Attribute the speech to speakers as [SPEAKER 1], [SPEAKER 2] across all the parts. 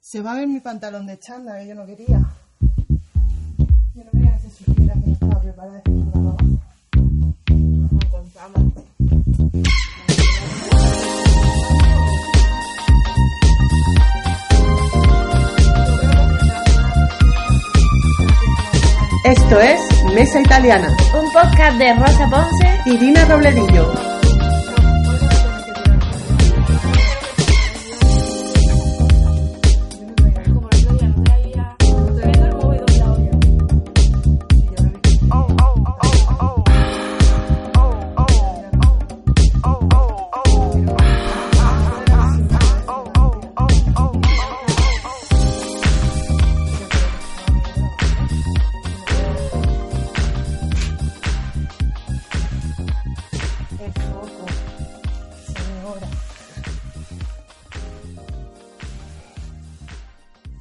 [SPEAKER 1] Se va a ver mi pantalón de chanda que yo no quería. Yo no quería que se supiera que no estaba preparada este programa. No contamos. Esto es Mesa Italiana.
[SPEAKER 2] Un podcast de Rosa Ponce.
[SPEAKER 1] Irina Robledillo. El foco. Señora.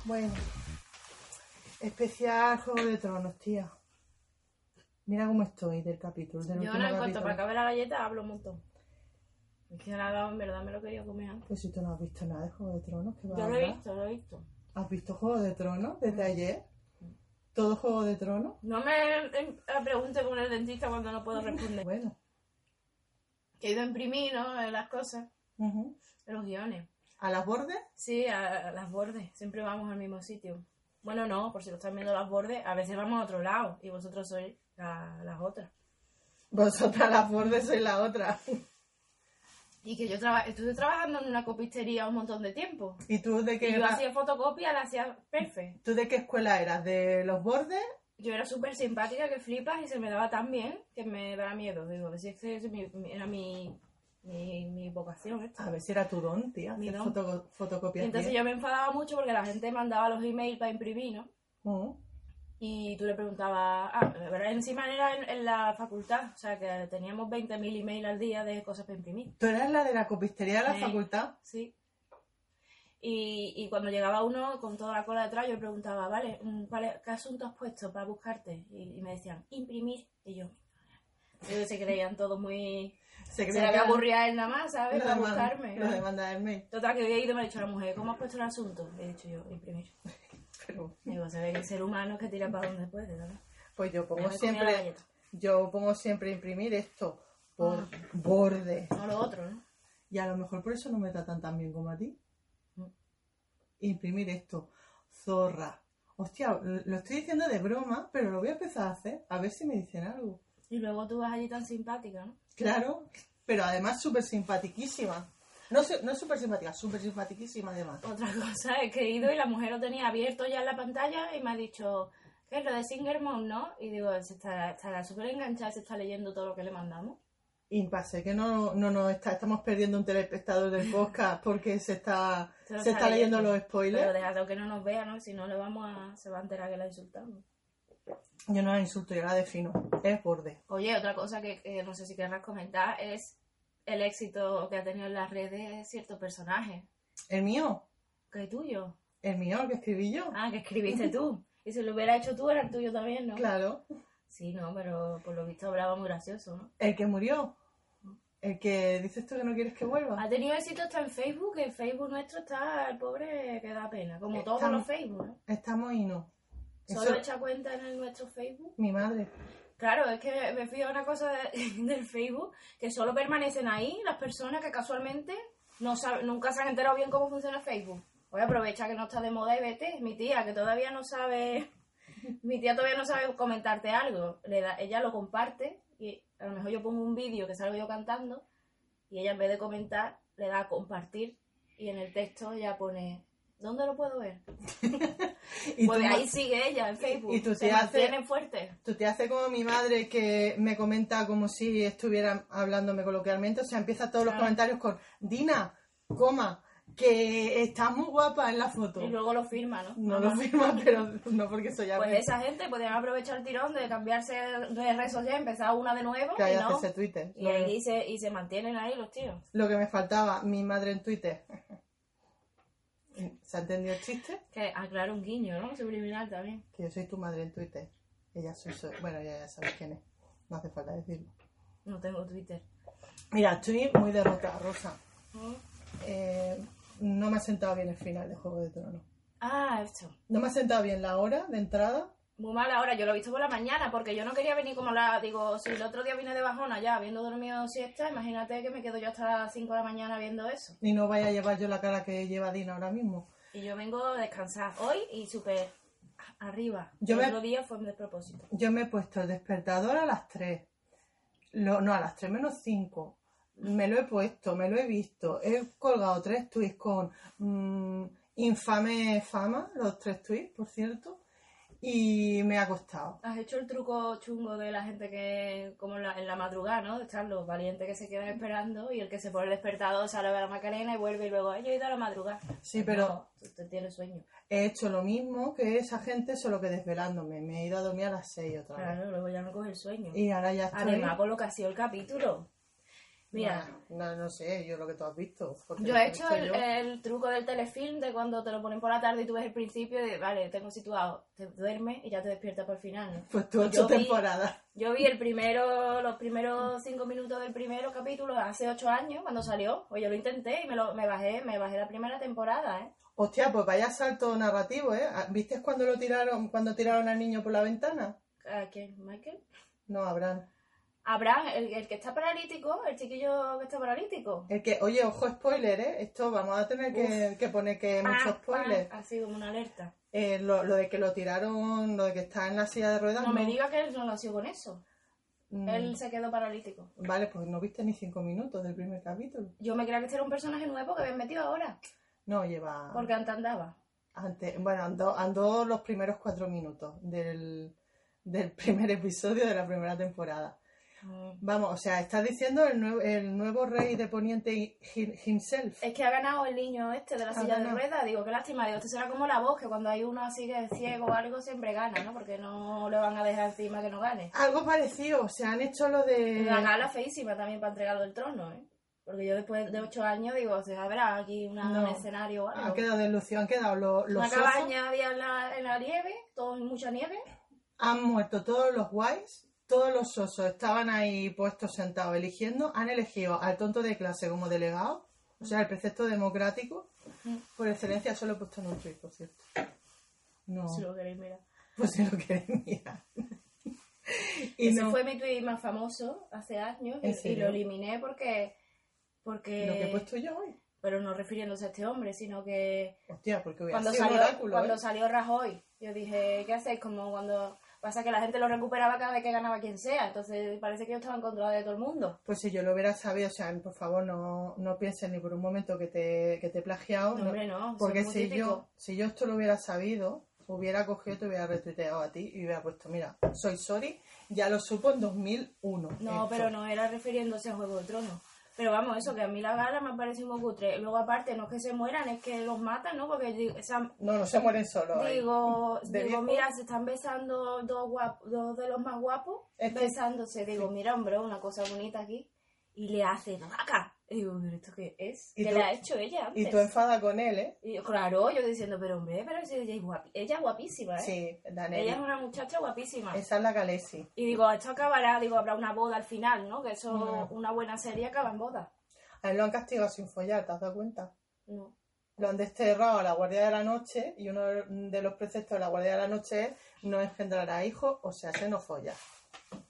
[SPEAKER 1] Bueno. Especial Juego de Tronos, tía. Mira cómo estoy del capítulo. Del
[SPEAKER 2] Yo
[SPEAKER 1] último
[SPEAKER 2] ahora, en cuanto
[SPEAKER 1] capítulo.
[SPEAKER 2] me acabe la galleta, hablo un montón. Es que ahora, en verdad, me lo quería comer antes.
[SPEAKER 1] Pues si tú no has visto nada de Juego de Tronos, ¿qué va a
[SPEAKER 2] Yo lo he
[SPEAKER 1] hablar?
[SPEAKER 2] visto, Mm. lo he visto.
[SPEAKER 1] ¿Has visto Juego de Tronos desde ayer? ¿Todo Juego de Tronos?
[SPEAKER 2] No me eh, pregunte con el dentista cuando no puedo responder.
[SPEAKER 1] Bueno.
[SPEAKER 2] Que he ido a imprimir, ¿no? Eh, Las cosas,
[SPEAKER 1] Ujú.
[SPEAKER 2] los guiones.
[SPEAKER 1] ¿A las bordes?
[SPEAKER 2] Sí, a, a las bordes. Siempre vamos al mismo sitio. Bueno, no, por si lo están viendo las bordes, a veces vamos a otro lado y vosotros sois la- las otras.
[SPEAKER 1] Vosotras las bordes sois la otra.
[SPEAKER 2] Y que yo traba- estuve trabajando en una copistería un montón de tiempo.
[SPEAKER 1] ¿Y tú de qué,
[SPEAKER 2] Y yo
[SPEAKER 1] era-
[SPEAKER 2] hacía fotocopia, la hacía perfecto.
[SPEAKER 1] ¿Tú de qué escuela eras? ¿De los bordes?
[SPEAKER 2] Yo era súper simpática, que flipas, y se me daba tan bien que me daba miedo. Digo, si es que es mi- mi- era mi, mi, mi vocación
[SPEAKER 1] A
[SPEAKER 2] esta.
[SPEAKER 1] ver si era tu don, tía.
[SPEAKER 2] Mi
[SPEAKER 1] hacer
[SPEAKER 2] don.
[SPEAKER 1] fotoco-
[SPEAKER 2] Y
[SPEAKER 1] fotocopias.
[SPEAKER 2] entonces
[SPEAKER 1] Ah, bien.
[SPEAKER 2] yo me enfadaba mucho porque la gente mandaba los emails para imprimir, ¿no?
[SPEAKER 1] Ujú.
[SPEAKER 2] Y tú le preguntabas, ah, pero encima era en, en la facultad, o sea que teníamos 20.000 emails al día de cosas para imprimir.
[SPEAKER 1] ¿Tú eras la de la copistería de la
[SPEAKER 2] Sí.
[SPEAKER 1] facultad?
[SPEAKER 2] Sí. Y, y cuando llegaba uno con toda la cola detrás, yo le preguntaba, vale, mm, ¿cuál es- ¿qué asunto has puesto para buscarte? Y, y me decían, imprimir. Y yo, ellos se creían todos muy...
[SPEAKER 1] Se
[SPEAKER 2] Se le había ocurrido a él nada más,
[SPEAKER 1] lo
[SPEAKER 2] ¿sabes?
[SPEAKER 1] de
[SPEAKER 2] Para
[SPEAKER 1] man-
[SPEAKER 2] buscarme.
[SPEAKER 1] Lo de mandar el mail.
[SPEAKER 2] Total, que había ido y me ha dicho la mujer, ¿cómo has puesto el asunto? Le he dicho yo, imprimir.
[SPEAKER 1] Pero,
[SPEAKER 2] Digo, se ve que el ser humano es que tira para donde puede, ¿no?
[SPEAKER 1] pues yo
[SPEAKER 2] Me
[SPEAKER 1] pongo
[SPEAKER 2] voy a comer la
[SPEAKER 1] siempre.
[SPEAKER 2] galleta.
[SPEAKER 1] Yo pongo siempre imprimir esto por
[SPEAKER 2] Ah.
[SPEAKER 1] borde.
[SPEAKER 2] No lo otro, ¿no?
[SPEAKER 1] Y a lo mejor por eso no me tratan tan bien como a ti.
[SPEAKER 2] Mm.
[SPEAKER 1] Imprimir esto. Zorra. Hostia, lo estoy diciendo de broma, pero lo voy a empezar a hacer. A ver si me dicen algo.
[SPEAKER 2] Y luego tú vas allí tan simpática, ¿no?
[SPEAKER 1] Claro, pero además súper simpatiquísima. No, su- no súper simpática, súper simpatiquísima además.
[SPEAKER 2] Otra cosa es que he ido y la mujer lo tenía abierto ya en la pantalla y me ha dicho, ¿qué es lo de Singer Moon, no? Y digo, se estará, estará súper enganchada, se está leyendo todo lo que le mandamos.
[SPEAKER 1] Y pase que no, no, no está, estamos perdiendo un telespectador del podcast porque se está,
[SPEAKER 2] Se lo
[SPEAKER 1] se
[SPEAKER 2] está
[SPEAKER 1] está leyendo
[SPEAKER 2] leyendo.
[SPEAKER 1] los
[SPEAKER 2] Pero
[SPEAKER 1] spoilers.
[SPEAKER 2] déjalo que no nos vea, ¿no? Si no le vamos a... se va a enterar que la insultamos.
[SPEAKER 1] Yo no la insulto, yo la defino. Es borde.
[SPEAKER 2] Oye, otra cosa que, que no sé si querrás comentar es el éxito que ha tenido en las redes cierto personaje,
[SPEAKER 1] El mío,
[SPEAKER 2] que es tuyo.
[SPEAKER 1] el mío, el que escribí yo.
[SPEAKER 2] Ah, que escribiste tú. Y si lo hubiera hecho tú, era el tuyo también, ¿no?
[SPEAKER 1] Claro,
[SPEAKER 2] Sí, no, pero por lo visto hablaba muy gracioso, ¿no?
[SPEAKER 1] el que murió. El que dices tú que no quieres que vuelva.
[SPEAKER 2] Ha tenido éxito hasta en Facebook, que en Facebook nuestro está el pobre que da pena, como
[SPEAKER 1] Está
[SPEAKER 2] todos
[SPEAKER 1] muy-
[SPEAKER 2] los Facebook, ¿no?
[SPEAKER 1] Estamos y no. Eso,
[SPEAKER 2] Solo echa cuenta en el nuestro Facebook.
[SPEAKER 1] mi madre.
[SPEAKER 2] Claro, es que me fío una cosa de- del Facebook, que solo permanecen ahí las personas que casualmente no saben, nunca se han enterado bien cómo funciona Facebook. Voy a aprovechar que no está de moda y vete, mi tía, que todavía no sabe, mi tía todavía no sabe comentarte algo. Le da- ella lo comparte y a lo mejor yo pongo un vídeo que salgo yo cantando y ella en vez de comentar le da a compartir y en el texto ella pone, ¿dónde lo puedo ver?
[SPEAKER 1] Y
[SPEAKER 2] pues
[SPEAKER 1] tú
[SPEAKER 2] ahí sigue ella en Facebook.
[SPEAKER 1] y tu
[SPEAKER 2] se
[SPEAKER 1] tía hace-
[SPEAKER 2] mantienen fuertes.
[SPEAKER 1] Tú te haces como mi madre que me comenta como si estuviera hablándome coloquialmente. O sea, empieza todos los
[SPEAKER 2] Claro.
[SPEAKER 1] comentarios con Dina, coma, que estás muy guapa en la foto.
[SPEAKER 2] Y luego lo firma, ¿no?
[SPEAKER 1] No
[SPEAKER 2] Mamá.
[SPEAKER 1] lo firma, pero no porque soy ya
[SPEAKER 2] Pues esa gente podrían aprovechar el tirón de cambiarse de red social, empezar una de nuevo
[SPEAKER 1] que hay
[SPEAKER 2] y no.
[SPEAKER 1] ese Twitter.
[SPEAKER 2] Y ahí se, y se mantienen ahí los tíos.
[SPEAKER 1] Lo que me faltaba, mi madre en Twitter. ¿Se ha entendido el chiste?
[SPEAKER 2] Que aclarar un guiño, ¿no? Subliminal también.
[SPEAKER 1] Que yo soy tu madre en Twitter. Ella soy, soy- Bueno, ya, ya sabes quién es. No hace falta decirlo.
[SPEAKER 2] No tengo Twitter.
[SPEAKER 1] Mira, estoy muy derrotada, Rosa. Eh, no me ha sentado bien el final de Juego de Tronos.
[SPEAKER 2] Ah, esto.
[SPEAKER 1] No me ha sentado bien la hora de entrada.
[SPEAKER 2] Muy mala hora, yo lo he visto por la mañana, porque yo no quería venir como la. Digo, si el otro día vine de bajona ya, habiendo dormido siesta, imagínate que me quedo yo hasta las 5 de la mañana viendo eso.
[SPEAKER 1] Y no vaya a llevar yo la cara que lleva Dina ahora mismo.
[SPEAKER 2] Y yo vengo a descansar hoy y súper arriba.
[SPEAKER 1] Yo
[SPEAKER 2] el
[SPEAKER 1] me-
[SPEAKER 2] otro día fue un despropósito.
[SPEAKER 1] Yo me he puesto el despertador a las 3. Lo- no, a las 3 menos 5. Me lo he puesto, me lo he visto. He colgado tres tweets con mm, infame fama, los tres tweets, por cierto. Y me he acostado.
[SPEAKER 2] Has hecho el truco chungo de la gente que, como en la, en la madrugada, ¿no? De estar los valientes que se quedan esperando y el que se pone el despertador sale a la Macarena y vuelve y luego, "Ay, yo he ido a la madrugada.
[SPEAKER 1] Sí, pero
[SPEAKER 2] No, tú te tienes sueño.
[SPEAKER 1] he hecho lo mismo que esa gente, solo que desvelándome. Me he ido a dormir a las 6 otra vez.
[SPEAKER 2] Claro, luego ya no coge el sueño.
[SPEAKER 1] Y ahora ya estoy.
[SPEAKER 2] Además, por lo que ha sido el capítulo. Mira,
[SPEAKER 1] Bueno, no, no sé, yo lo que tú has visto. porque lo
[SPEAKER 2] yo
[SPEAKER 1] que
[SPEAKER 2] he hecho el, eh,
[SPEAKER 1] yo-
[SPEAKER 2] el truco del telefilm de cuando te lo ponen por la tarde y tú ves el principio y de, vale, tengo situado, te duermes y ya te despiertas por el final, ¿no?
[SPEAKER 1] Pues tú
[SPEAKER 2] Yo
[SPEAKER 1] ocho
[SPEAKER 2] vi-
[SPEAKER 1] temporadas.
[SPEAKER 2] Yo vi el primero, los primeros cinco minutos del primero capítulo hace ocho años cuando salió. Pues yo lo intenté y me, lo, me bajé, me bajé la primera temporada, ¿eh?
[SPEAKER 1] Hostia, pues vaya salto narrativo, ¿eh? ¿Viste cuando lo tiraron, cuando tiraron al niño por la ventana?
[SPEAKER 2] ¿A quién? ¿Michael?
[SPEAKER 1] No, Abraham.
[SPEAKER 2] Abraham, el, el que está paralítico, el chiquillo que está paralítico.
[SPEAKER 1] El que, oye, ojo, spoiler, ¿eh? Esto vamos a tener que, que poner que mucho
[SPEAKER 2] Ah,
[SPEAKER 1] spoiler.
[SPEAKER 2] ah, Así como una alerta.
[SPEAKER 1] Eh, lo, lo de que lo tiraron, lo de que está en la silla de ruedas.
[SPEAKER 2] No me diga que él no nació con eso.
[SPEAKER 1] Mm,
[SPEAKER 2] Él se quedó paralítico.
[SPEAKER 1] Vale, pues no viste ni cinco minutos del primer capítulo.
[SPEAKER 2] Yo me creía que este era un personaje nuevo que habían metido ahora,
[SPEAKER 1] No, lleva.
[SPEAKER 2] porque antes andaba.
[SPEAKER 1] Antes, bueno, andó, andó los primeros cuatro minutos del, del primer episodio de la primera temporada. Vamos, o sea, estás diciendo el, nuevo el nuevo rey de Poniente hi- hi- himself.
[SPEAKER 2] Es que ha ganado el niño este de la
[SPEAKER 1] Ha
[SPEAKER 2] silla de
[SPEAKER 1] ganado.
[SPEAKER 2] ruedas. Digo, qué lástima. Digo, esto será como la voz, que cuando hay uno así que es ciego o algo, siempre gana, ¿no? Porque no le van a dejar encima que no gane.
[SPEAKER 1] Algo parecido, se han hecho lo de...
[SPEAKER 2] La gala feísima también para entregarlo el trono, ¿eh? Porque yo después de ocho años digo, se habrá aquí una-
[SPEAKER 1] No.
[SPEAKER 2] un escenario o algo.
[SPEAKER 1] Han quedado deslucido, han quedado lo- los
[SPEAKER 2] Una
[SPEAKER 1] osos,
[SPEAKER 2] cabaña había en la, en la nieve, todo, mucha nieve.
[SPEAKER 1] han muerto todos los guays, todos los osos estaban ahí puestos sentados eligiendo, han elegido al tonto de clase como delegado, o sea, el precepto democrático,
[SPEAKER 2] Mm.
[SPEAKER 1] por excelencia solo he puesto en un tweet, por cierto. No,
[SPEAKER 2] Si lo queréis, mira.
[SPEAKER 1] pues si lo queréis mirar. y
[SPEAKER 2] Ese
[SPEAKER 1] no,
[SPEAKER 2] fue mi tweet más famoso hace años
[SPEAKER 1] ¿En
[SPEAKER 2] y, y
[SPEAKER 1] serio?
[SPEAKER 2] lo eliminé porque. porque
[SPEAKER 1] lo que he puesto yo hoy.
[SPEAKER 2] Pero no refiriéndose a este hombre, sino que
[SPEAKER 1] Hostia, porque voy a
[SPEAKER 2] cuando
[SPEAKER 1] ser
[SPEAKER 2] salió,
[SPEAKER 1] oráculo,
[SPEAKER 2] cuando
[SPEAKER 1] ¿eh?
[SPEAKER 2] salió Rajoy, yo dije, ¿qué hacéis? Como cuando pasa que la gente lo recuperaba cada vez que ganaba quien sea, entonces parece que yo estaba en contra de todo el mundo.
[SPEAKER 1] Pues si yo lo hubiera sabido, o sea, por favor, no, no pienses ni por un momento que te, que te he plagiado.
[SPEAKER 2] No,
[SPEAKER 1] no-
[SPEAKER 2] hombre, no, eso
[SPEAKER 1] Porque
[SPEAKER 2] es muy
[SPEAKER 1] si
[SPEAKER 2] típico.
[SPEAKER 1] yo, si yo esto lo hubiera sabido, hubiera cogido y te hubiera retuiteado a ti y hubiera puesto, mira, soy sorry, ya lo supo en 2001.
[SPEAKER 2] No,
[SPEAKER 1] esto.
[SPEAKER 2] pero no era refiriéndose a Juego de Tronos. Pero vamos, eso, que a mí la gala me parece un poco cutre. Luego, aparte, no es que se mueran, es que los matan, ¿no? Porque digo, o sea,
[SPEAKER 1] No, no se mueren solos. ahí.
[SPEAKER 2] digo,
[SPEAKER 1] De
[SPEAKER 2] digo,
[SPEAKER 1] viejo.
[SPEAKER 2] mira, se están besando dos, guap- dos de los más guapos,
[SPEAKER 1] Es que-
[SPEAKER 2] besándose. Digo, mira, hombre, una cosa bonita aquí. Y le hace raca. Y digo, ¿pero esto qué es?
[SPEAKER 1] Y
[SPEAKER 2] ¿Qué
[SPEAKER 1] tú-
[SPEAKER 2] le ha hecho ella antes?
[SPEAKER 1] Y tú enfada con él, ¿eh?
[SPEAKER 2] Y yo, claro, yo diciendo, pero hombre, pero si ella es, guapi- ella es guapísima, ¿eh?
[SPEAKER 1] Sí, Daneri.
[SPEAKER 2] Ella es una muchacha guapísima.
[SPEAKER 1] Esa es la Galesi.
[SPEAKER 2] Y digo, esto acabará, digo, habrá una boda al final, ¿no? Que eso,
[SPEAKER 1] No.
[SPEAKER 2] una buena serie acaba en boda.
[SPEAKER 1] A él lo han castigado sin follar, ¿te has dado cuenta?
[SPEAKER 2] No.
[SPEAKER 1] Lo han desterrado a la Guardia de la Noche y uno de los preceptos de la Guardia de la Noche es no engendrará hijos, o sea, se no folla.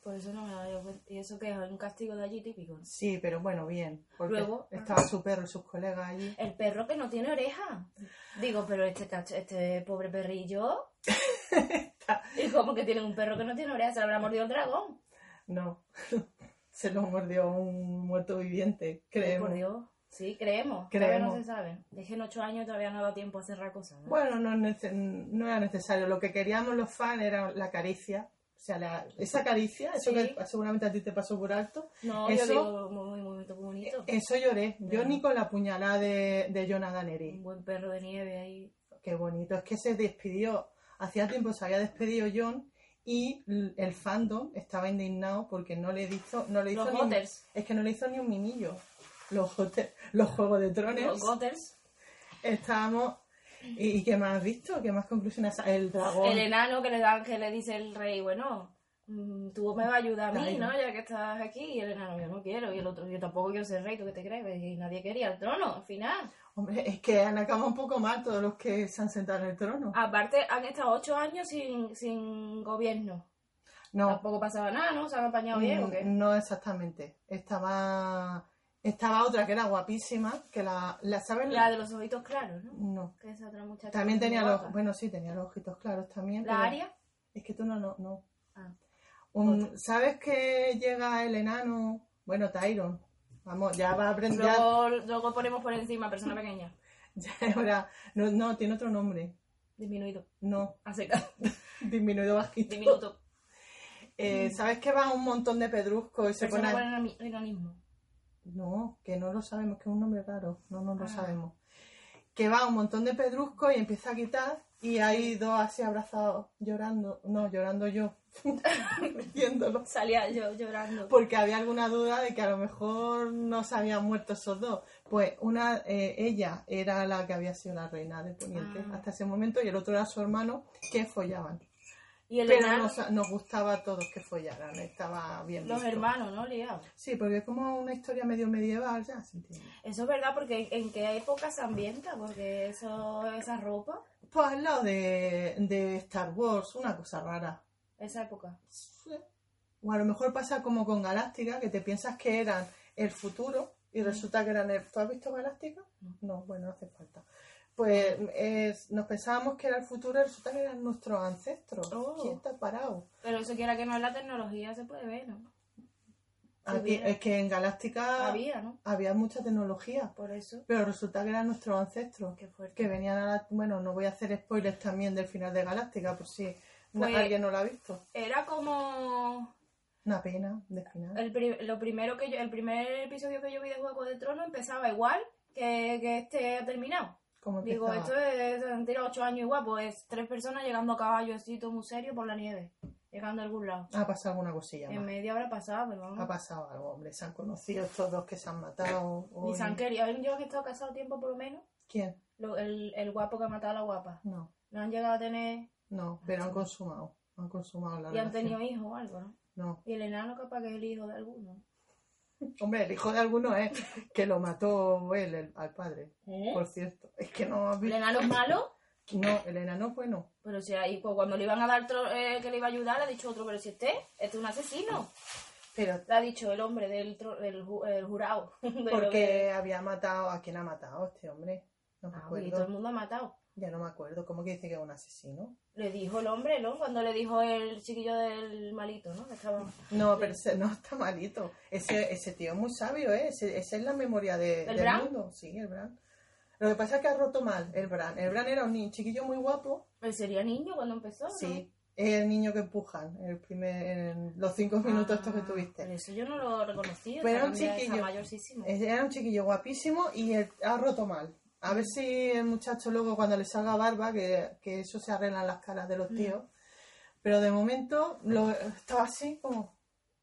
[SPEAKER 2] Por eso no me da yo cuenta. Y eso que es un castigo de allí típico. ¿no?
[SPEAKER 1] Sí, pero bueno, bien. Porque
[SPEAKER 2] Luego-
[SPEAKER 1] estaba su perro y sus colegas allí.
[SPEAKER 2] El perro que no tiene oreja. Digo, pero este cacho, este pobre perrillo. y como que tiene un perro que no tiene oreja, se lo habrá mordido el dragón.
[SPEAKER 1] No. Se lo mordió un muerto viviente, creemos.
[SPEAKER 2] Por Dios. Sí, creemos. Todavía
[SPEAKER 1] Creemos.
[SPEAKER 2] no se sabe. Es que en ocho años todavía no ha dado tiempo a cerrar cosas. ¿no?
[SPEAKER 1] Bueno, no, es nece- no era necesario. Lo que queríamos los fans era la caricia. O sea, la- esa caricia, eso
[SPEAKER 2] Sí.
[SPEAKER 1] que seguramente a ti te pasó por alto.
[SPEAKER 2] no,
[SPEAKER 1] eso, Eh,
[SPEAKER 2] yo digo, muy, muy, muy bonito.
[SPEAKER 1] eso lloré. Yo ni con la puñalada de, de Jonathan Eri.
[SPEAKER 2] Un buen perro de nieve ahí.
[SPEAKER 1] Qué bonito. Es que se despidió. Hacía tiempo se había despedido John y l- el fandom estaba indignado porque no le hizo, no le hizo
[SPEAKER 2] Los
[SPEAKER 1] ni-
[SPEAKER 2] Gothers.
[SPEAKER 1] es que no le hizo ni un minillo. Los, gote- los juegos de trones.
[SPEAKER 2] Los Gothers.
[SPEAKER 1] Estábamos. ¿Y, y qué más has visto? ¿Qué más conclusiones? has- El dragón.
[SPEAKER 2] El enano que le dan, que le dice el rey, bueno, mm, tú me vas a ayudar a mí,
[SPEAKER 1] Ay, no.
[SPEAKER 2] ¿no? Ya que estás aquí. Y el enano, yo no quiero. Y el otro, yo tampoco quiero ser rey, ¿tú qué te crees? Y nadie quería el trono, al final.
[SPEAKER 1] Hombre, es que han acabado un poco mal todos los que se han sentado en el trono.
[SPEAKER 2] Aparte, han estado ocho años sin, sin gobierno.
[SPEAKER 1] No,
[SPEAKER 2] Tampoco pasaba nada, ¿no? Se han apañado bien, ¿o qué?
[SPEAKER 1] Mm, No exactamente. Estaba estaba otra que era guapísima, que la, la saben
[SPEAKER 2] La de los ojitos claros, ¿no?
[SPEAKER 1] no.
[SPEAKER 2] Que esa otra muchacha.
[SPEAKER 1] mm. También
[SPEAKER 2] muy
[SPEAKER 1] tenía
[SPEAKER 2] guapa.
[SPEAKER 1] los bueno, sí, tenía los ojitos claros también,
[SPEAKER 2] La
[SPEAKER 1] pero-
[SPEAKER 2] Aria.
[SPEAKER 1] es que tú no no, no.
[SPEAKER 2] Ah.
[SPEAKER 1] Un- ¿sabes que llega el enano? Bueno, Tyron. Vamos, ya va a aprender ya,
[SPEAKER 2] Luego, luego ponemos por encima, persona pequeña.
[SPEAKER 1] es hora. No, no, tiene otro nombre.
[SPEAKER 2] Disminuido.
[SPEAKER 1] No,
[SPEAKER 2] A seca.
[SPEAKER 1] disminuido bajito.
[SPEAKER 2] Diminuto.
[SPEAKER 1] Eh,
[SPEAKER 2] Mm.
[SPEAKER 1] ¿sabes que va un montón de pedrusco y se pone
[SPEAKER 2] Persona
[SPEAKER 1] a-
[SPEAKER 2] con enami- enanismo.
[SPEAKER 1] No, que no lo sabemos, que es un nombre raro, no, no lo
[SPEAKER 2] Ah.
[SPEAKER 1] sabemos. Que va un montón de pedruscos y empieza a quitar y hay dos así abrazados llorando, no, llorando yo, viéndolo.
[SPEAKER 2] Salía yo llorando.
[SPEAKER 1] Porque había alguna duda de que a lo mejor no se habían muerto esos dos. Pues una, eh, ella era la que había sido la reina de Poniente
[SPEAKER 2] Ah.
[SPEAKER 1] hasta ese momento y el otro era su hermano que follaban.
[SPEAKER 2] Y el
[SPEAKER 1] Pero
[SPEAKER 2] enano,
[SPEAKER 1] nos, nos gustaba a todos que follaran, estaba bien.
[SPEAKER 2] los
[SPEAKER 1] visto.
[SPEAKER 2] hermanos, ¿no? Liados.
[SPEAKER 1] Sí, porque es como una historia medio medieval ya, ¿se entiende?
[SPEAKER 2] Eso es verdad, porque en qué época se ambienta, porque eso, esa ropa,
[SPEAKER 1] Pues al lado de, de Star Wars, una cosa rara.
[SPEAKER 2] esa época.
[SPEAKER 1] O a lo mejor pasa como con Galáctica, que te piensas que eran el futuro y resulta que eran el... ¿Tú has visto Galáctica?
[SPEAKER 2] No.
[SPEAKER 1] No, bueno, no hace falta. Pues es- nos pensábamos que era el futuro y resulta que eran nuestros ancestros.
[SPEAKER 2] Oh.
[SPEAKER 1] ¿Quién está parado?
[SPEAKER 2] Pero eso quiera que no la tecnología se puede ver, ¿no? Sí,
[SPEAKER 1] Aquí-
[SPEAKER 2] mira.
[SPEAKER 1] es que en Galáctica había.
[SPEAKER 2] Había, ¿no?
[SPEAKER 1] mucha tecnología,
[SPEAKER 2] Por eso.
[SPEAKER 1] pero resulta que eran nuestros ancestros.
[SPEAKER 2] Qué fuerte.
[SPEAKER 1] Que venían a la... Bueno, no voy a hacer spoilers también del final de Galáctica, por si
[SPEAKER 2] Pues-
[SPEAKER 1] alguien no lo ha visto.
[SPEAKER 2] Era como
[SPEAKER 1] Una pena de final.
[SPEAKER 2] el, pri- lo primero que yo, el primer episodio que yo vi de Juego de Tronos empezaba igual que, que este ha terminado.
[SPEAKER 1] Como
[SPEAKER 2] Digo,
[SPEAKER 1] empezaba.
[SPEAKER 2] esto es, se han tirado ocho años igual, pues tres personas llegando a caballo así, todo muy serio por la nieve, llegando a algún lado.
[SPEAKER 1] Ha pasado alguna cosilla
[SPEAKER 2] En
[SPEAKER 1] más.
[SPEAKER 2] media hora pasaba, pero
[SPEAKER 1] Ha
[SPEAKER 2] vamos.
[SPEAKER 1] pasado algo, hombre. Se han conocido estos dos que se han matado.
[SPEAKER 2] Ni
[SPEAKER 1] hoy.
[SPEAKER 2] se han querido. Yo que he estado casado tiempo por lo menos.
[SPEAKER 1] ¿Quién?
[SPEAKER 2] lo- el, el guapo que ha matado a la guapa.
[SPEAKER 1] No,
[SPEAKER 2] No han llegado a tener.
[SPEAKER 1] no, pero han consumado. Han consumado la
[SPEAKER 2] Ah, Y han
[SPEAKER 1] relación.
[SPEAKER 2] tenido hijos o algo, ¿no?
[SPEAKER 1] No.
[SPEAKER 2] Y el enano capaz que es el hijo de alguno.
[SPEAKER 1] Hombre, el hijo de alguno es que lo mató él, el- al padre,
[SPEAKER 2] ¿Eh?
[SPEAKER 1] por cierto. Es que no has
[SPEAKER 2] ¿El
[SPEAKER 1] visto.
[SPEAKER 2] enano es malo?
[SPEAKER 1] No, el enano fue no.
[SPEAKER 2] Pero si ahí, pues, cuando le iban a dar tro- eh, que le iba a ayudar, le ha dicho otro, pero si este, este es un asesino.
[SPEAKER 1] Pero
[SPEAKER 2] Le ha dicho el hombre del, tro- del ju- el jurado. De lo que-
[SPEAKER 1] porque había matado. ¿A quién ha matado este hombre? No me
[SPEAKER 2] Ah, y todo el
[SPEAKER 1] acuerdo.
[SPEAKER 2] mundo ha matado.
[SPEAKER 1] Ya no me acuerdo. ¿Cómo que dice que es un asesino?
[SPEAKER 2] Le dijo el hombre, ¿no? Cuando le dijo el chiquillo del malito, ¿no? Que Estaba...
[SPEAKER 1] No, pero ese- no está malito. Ese, ese tío es muy sabio, ¿eh? Ese- esa es la memoria de,
[SPEAKER 2] ¿El
[SPEAKER 1] del
[SPEAKER 2] Bran?
[SPEAKER 1] mundo. Sí, el Bran. Lo que pasa es que ha roto mal el Bran. El Bran era un ni- chiquillo muy guapo.
[SPEAKER 2] Él sería niño cuando empezó, Ah, ¿no?
[SPEAKER 1] Sí. Es el niño que empujan el primer, en los cinco minutos estos que
[SPEAKER 2] Ah, pero
[SPEAKER 1] tuviste.
[SPEAKER 2] eso yo no lo reconocí.
[SPEAKER 1] Pero
[SPEAKER 2] esa
[SPEAKER 1] un
[SPEAKER 2] cambia- esa
[SPEAKER 1] chiquillo.
[SPEAKER 2] mayorcísimo.
[SPEAKER 1] Es- Era un chiquillo guapísimo y el- ha roto mal. A ver si el muchacho luego cuando le salga barba, que, que eso se arreglan las caras de los
[SPEAKER 2] Mm.
[SPEAKER 1] tíos. Pero de momento lo, estaba así como...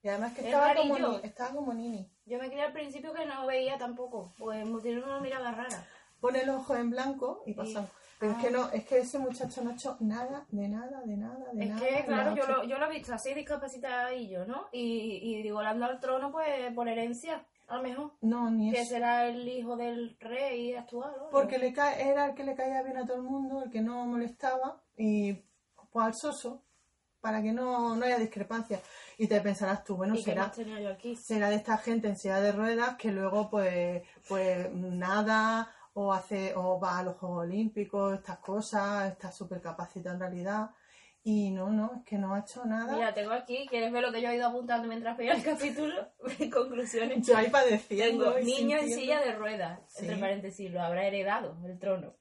[SPEAKER 1] Y además que
[SPEAKER 2] Es
[SPEAKER 1] estaba como,
[SPEAKER 2] rarillo.
[SPEAKER 1] ni- estaba como nini.
[SPEAKER 2] Yo me creía al principio que no veía tampoco, pues me tiene una mirada rara.
[SPEAKER 1] pone el ojo en blanco y pasan. Pero es que
[SPEAKER 2] Ah.
[SPEAKER 1] no, es que ese muchacho no ha hecho nada, de nada, de nada, de
[SPEAKER 2] Es
[SPEAKER 1] nada.
[SPEAKER 2] que,
[SPEAKER 1] no ha
[SPEAKER 2] claro, yo
[SPEAKER 1] hecho-
[SPEAKER 2] lo, yo lo he visto así, discapacitada y yo, ¿no? Y, y digo, le han dado el trono, pues, por herencia, a lo mejor.
[SPEAKER 1] No, ni
[SPEAKER 2] Que
[SPEAKER 1] eso.
[SPEAKER 2] será el hijo del rey actual, ¿no?
[SPEAKER 1] Porque le cae, era el que le caía bien a todo el mundo, el que no molestaba, y pues al soso, para que no, no haya discrepancia. Y te pensarás tú, bueno,
[SPEAKER 2] ¿Y qué
[SPEAKER 1] será,
[SPEAKER 2] más tenía yo aquí?
[SPEAKER 1] será de esta gente en silla de ruedas que luego pues, pues nada, o hace, o va a los Juegos Olímpicos, estas cosas, está súper capacitado en realidad. Y no, no, es que no ha hecho nada.
[SPEAKER 2] Mira, tengo aquí, ¿quieres ver lo que yo he ido apuntando mientras veía el capítulo? Conclusiones.
[SPEAKER 1] Yo ahí padeciendo.
[SPEAKER 2] Tengo
[SPEAKER 1] y
[SPEAKER 2] niño en
[SPEAKER 1] sintiendo.
[SPEAKER 2] silla de ruedas, entre
[SPEAKER 1] Sí.
[SPEAKER 2] paréntesis, lo habrá heredado el trono.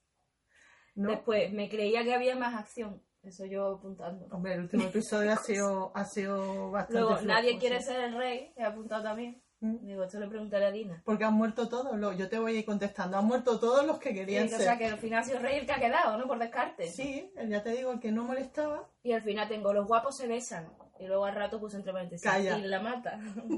[SPEAKER 1] No,
[SPEAKER 2] Después, me creía que había más acción, eso yo apuntando.
[SPEAKER 1] Hombre, el último episodio ha sido, ha sido bastante.
[SPEAKER 2] Luego,
[SPEAKER 1] flojo,
[SPEAKER 2] nadie
[SPEAKER 1] sí.
[SPEAKER 2] quiere ser el rey, he apuntado también.
[SPEAKER 1] Mm.
[SPEAKER 2] Digo, esto le preguntaré a Dina.
[SPEAKER 1] Porque han muerto todos. los- Yo te voy a ir contestando. Han muerto todos los que
[SPEAKER 2] Y,
[SPEAKER 1] querían
[SPEAKER 2] o
[SPEAKER 1] ser.
[SPEAKER 2] sea, que al final ha sido el rey el que ha quedado, ¿no? Por descarte.
[SPEAKER 1] Sí, ya te digo, el que no molestaba.
[SPEAKER 2] Y al final tengo, los guapos se besan. Y luego al rato puse entre paréntesis.
[SPEAKER 1] Calla.
[SPEAKER 2] Y la mata.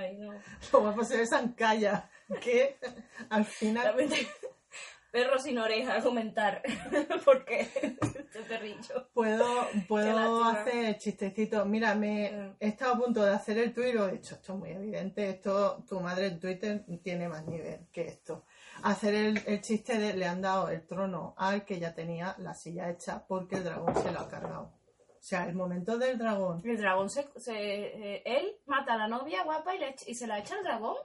[SPEAKER 2] Ay, no.
[SPEAKER 1] Los guapos se besan, calla. Que al final.
[SPEAKER 2] También te- Perro sin oreja, comentar. Porque este perrillo.
[SPEAKER 1] Puedo,
[SPEAKER 2] Qué
[SPEAKER 1] puedo
[SPEAKER 2] lástima. Mm.
[SPEAKER 1] hacer hace el chistecito. Mira, me
[SPEAKER 2] Claro.
[SPEAKER 1] he estado a punto de hacer el tuit y lo he dicho, esto es muy evidente, esto, tu madre en Twitter tiene más nivel que esto. Hacer el, el chiste de le han dado el trono al que ya tenía la silla hecha porque el dragón se lo ha cargado. O sea, el momento del dragón.
[SPEAKER 2] El dragón se. se- eh, él mata a la novia guapa y, le ech- y se la echa al dragón.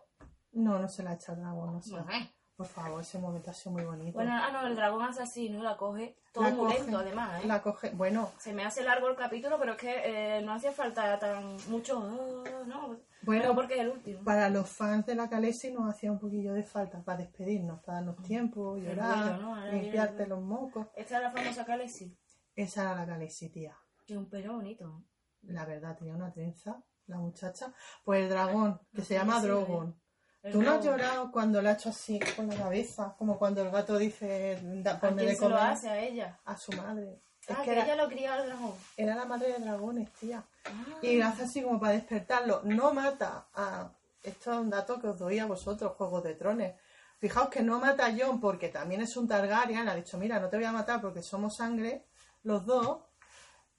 [SPEAKER 1] No, no se la ha hecho el dragón, no sé.
[SPEAKER 2] Ajá.
[SPEAKER 1] Por favor, ese momento ha sido muy bonito.
[SPEAKER 2] Bueno, ah, no, el dragón asesino la coge. Todo
[SPEAKER 1] La
[SPEAKER 2] muy
[SPEAKER 1] coge,
[SPEAKER 2] lento, además, ¿eh?
[SPEAKER 1] La coge, bueno,
[SPEAKER 2] Se me hace largo el capítulo, pero es que eh, no hacía falta tan mucho. ah, no,
[SPEAKER 1] Bueno.
[SPEAKER 2] No, porque es el último.
[SPEAKER 1] para los fans de la Calesi nos hacía un poquillo de falta para despedirnos, para darnos tiempo,
[SPEAKER 2] Mm. Qué
[SPEAKER 1] llorar,
[SPEAKER 2] ruido, ¿no? Ahora
[SPEAKER 1] limpiarte
[SPEAKER 2] viene-
[SPEAKER 1] los mocos.
[SPEAKER 2] Esta es la famosa Calesi.
[SPEAKER 1] Esa era la Calesi, tía.
[SPEAKER 2] Y un pelo bonito.
[SPEAKER 1] La verdad, tenía una trenza, la muchacha. Pues el dragón, que se llama
[SPEAKER 2] Khaleesi,
[SPEAKER 1] Drogon.
[SPEAKER 2] El
[SPEAKER 1] ¿Tú no has
[SPEAKER 2] dragón.
[SPEAKER 1] llorado cuando le ha hecho así con la cabeza? Como cuando el gato dice, da,
[SPEAKER 2] ¿A
[SPEAKER 1] ponme
[SPEAKER 2] quién
[SPEAKER 1] de
[SPEAKER 2] se lo
[SPEAKER 1] comer
[SPEAKER 2] hace? A ella.
[SPEAKER 1] a su madre. Es
[SPEAKER 2] Ah,
[SPEAKER 1] que
[SPEAKER 2] que
[SPEAKER 1] era,
[SPEAKER 2] ella lo cría al dragón.
[SPEAKER 1] era la madre de dragones, tía.
[SPEAKER 2] Ah.
[SPEAKER 1] Y lo hace así como para despertarlo. No mata a. Esto es un dato que os doy a vosotros, Juegos de Trones. Fijaos que no mata a Jon porque también es un Targaryen. Le ha dicho, mira, no te voy a matar porque somos sangre, los dos.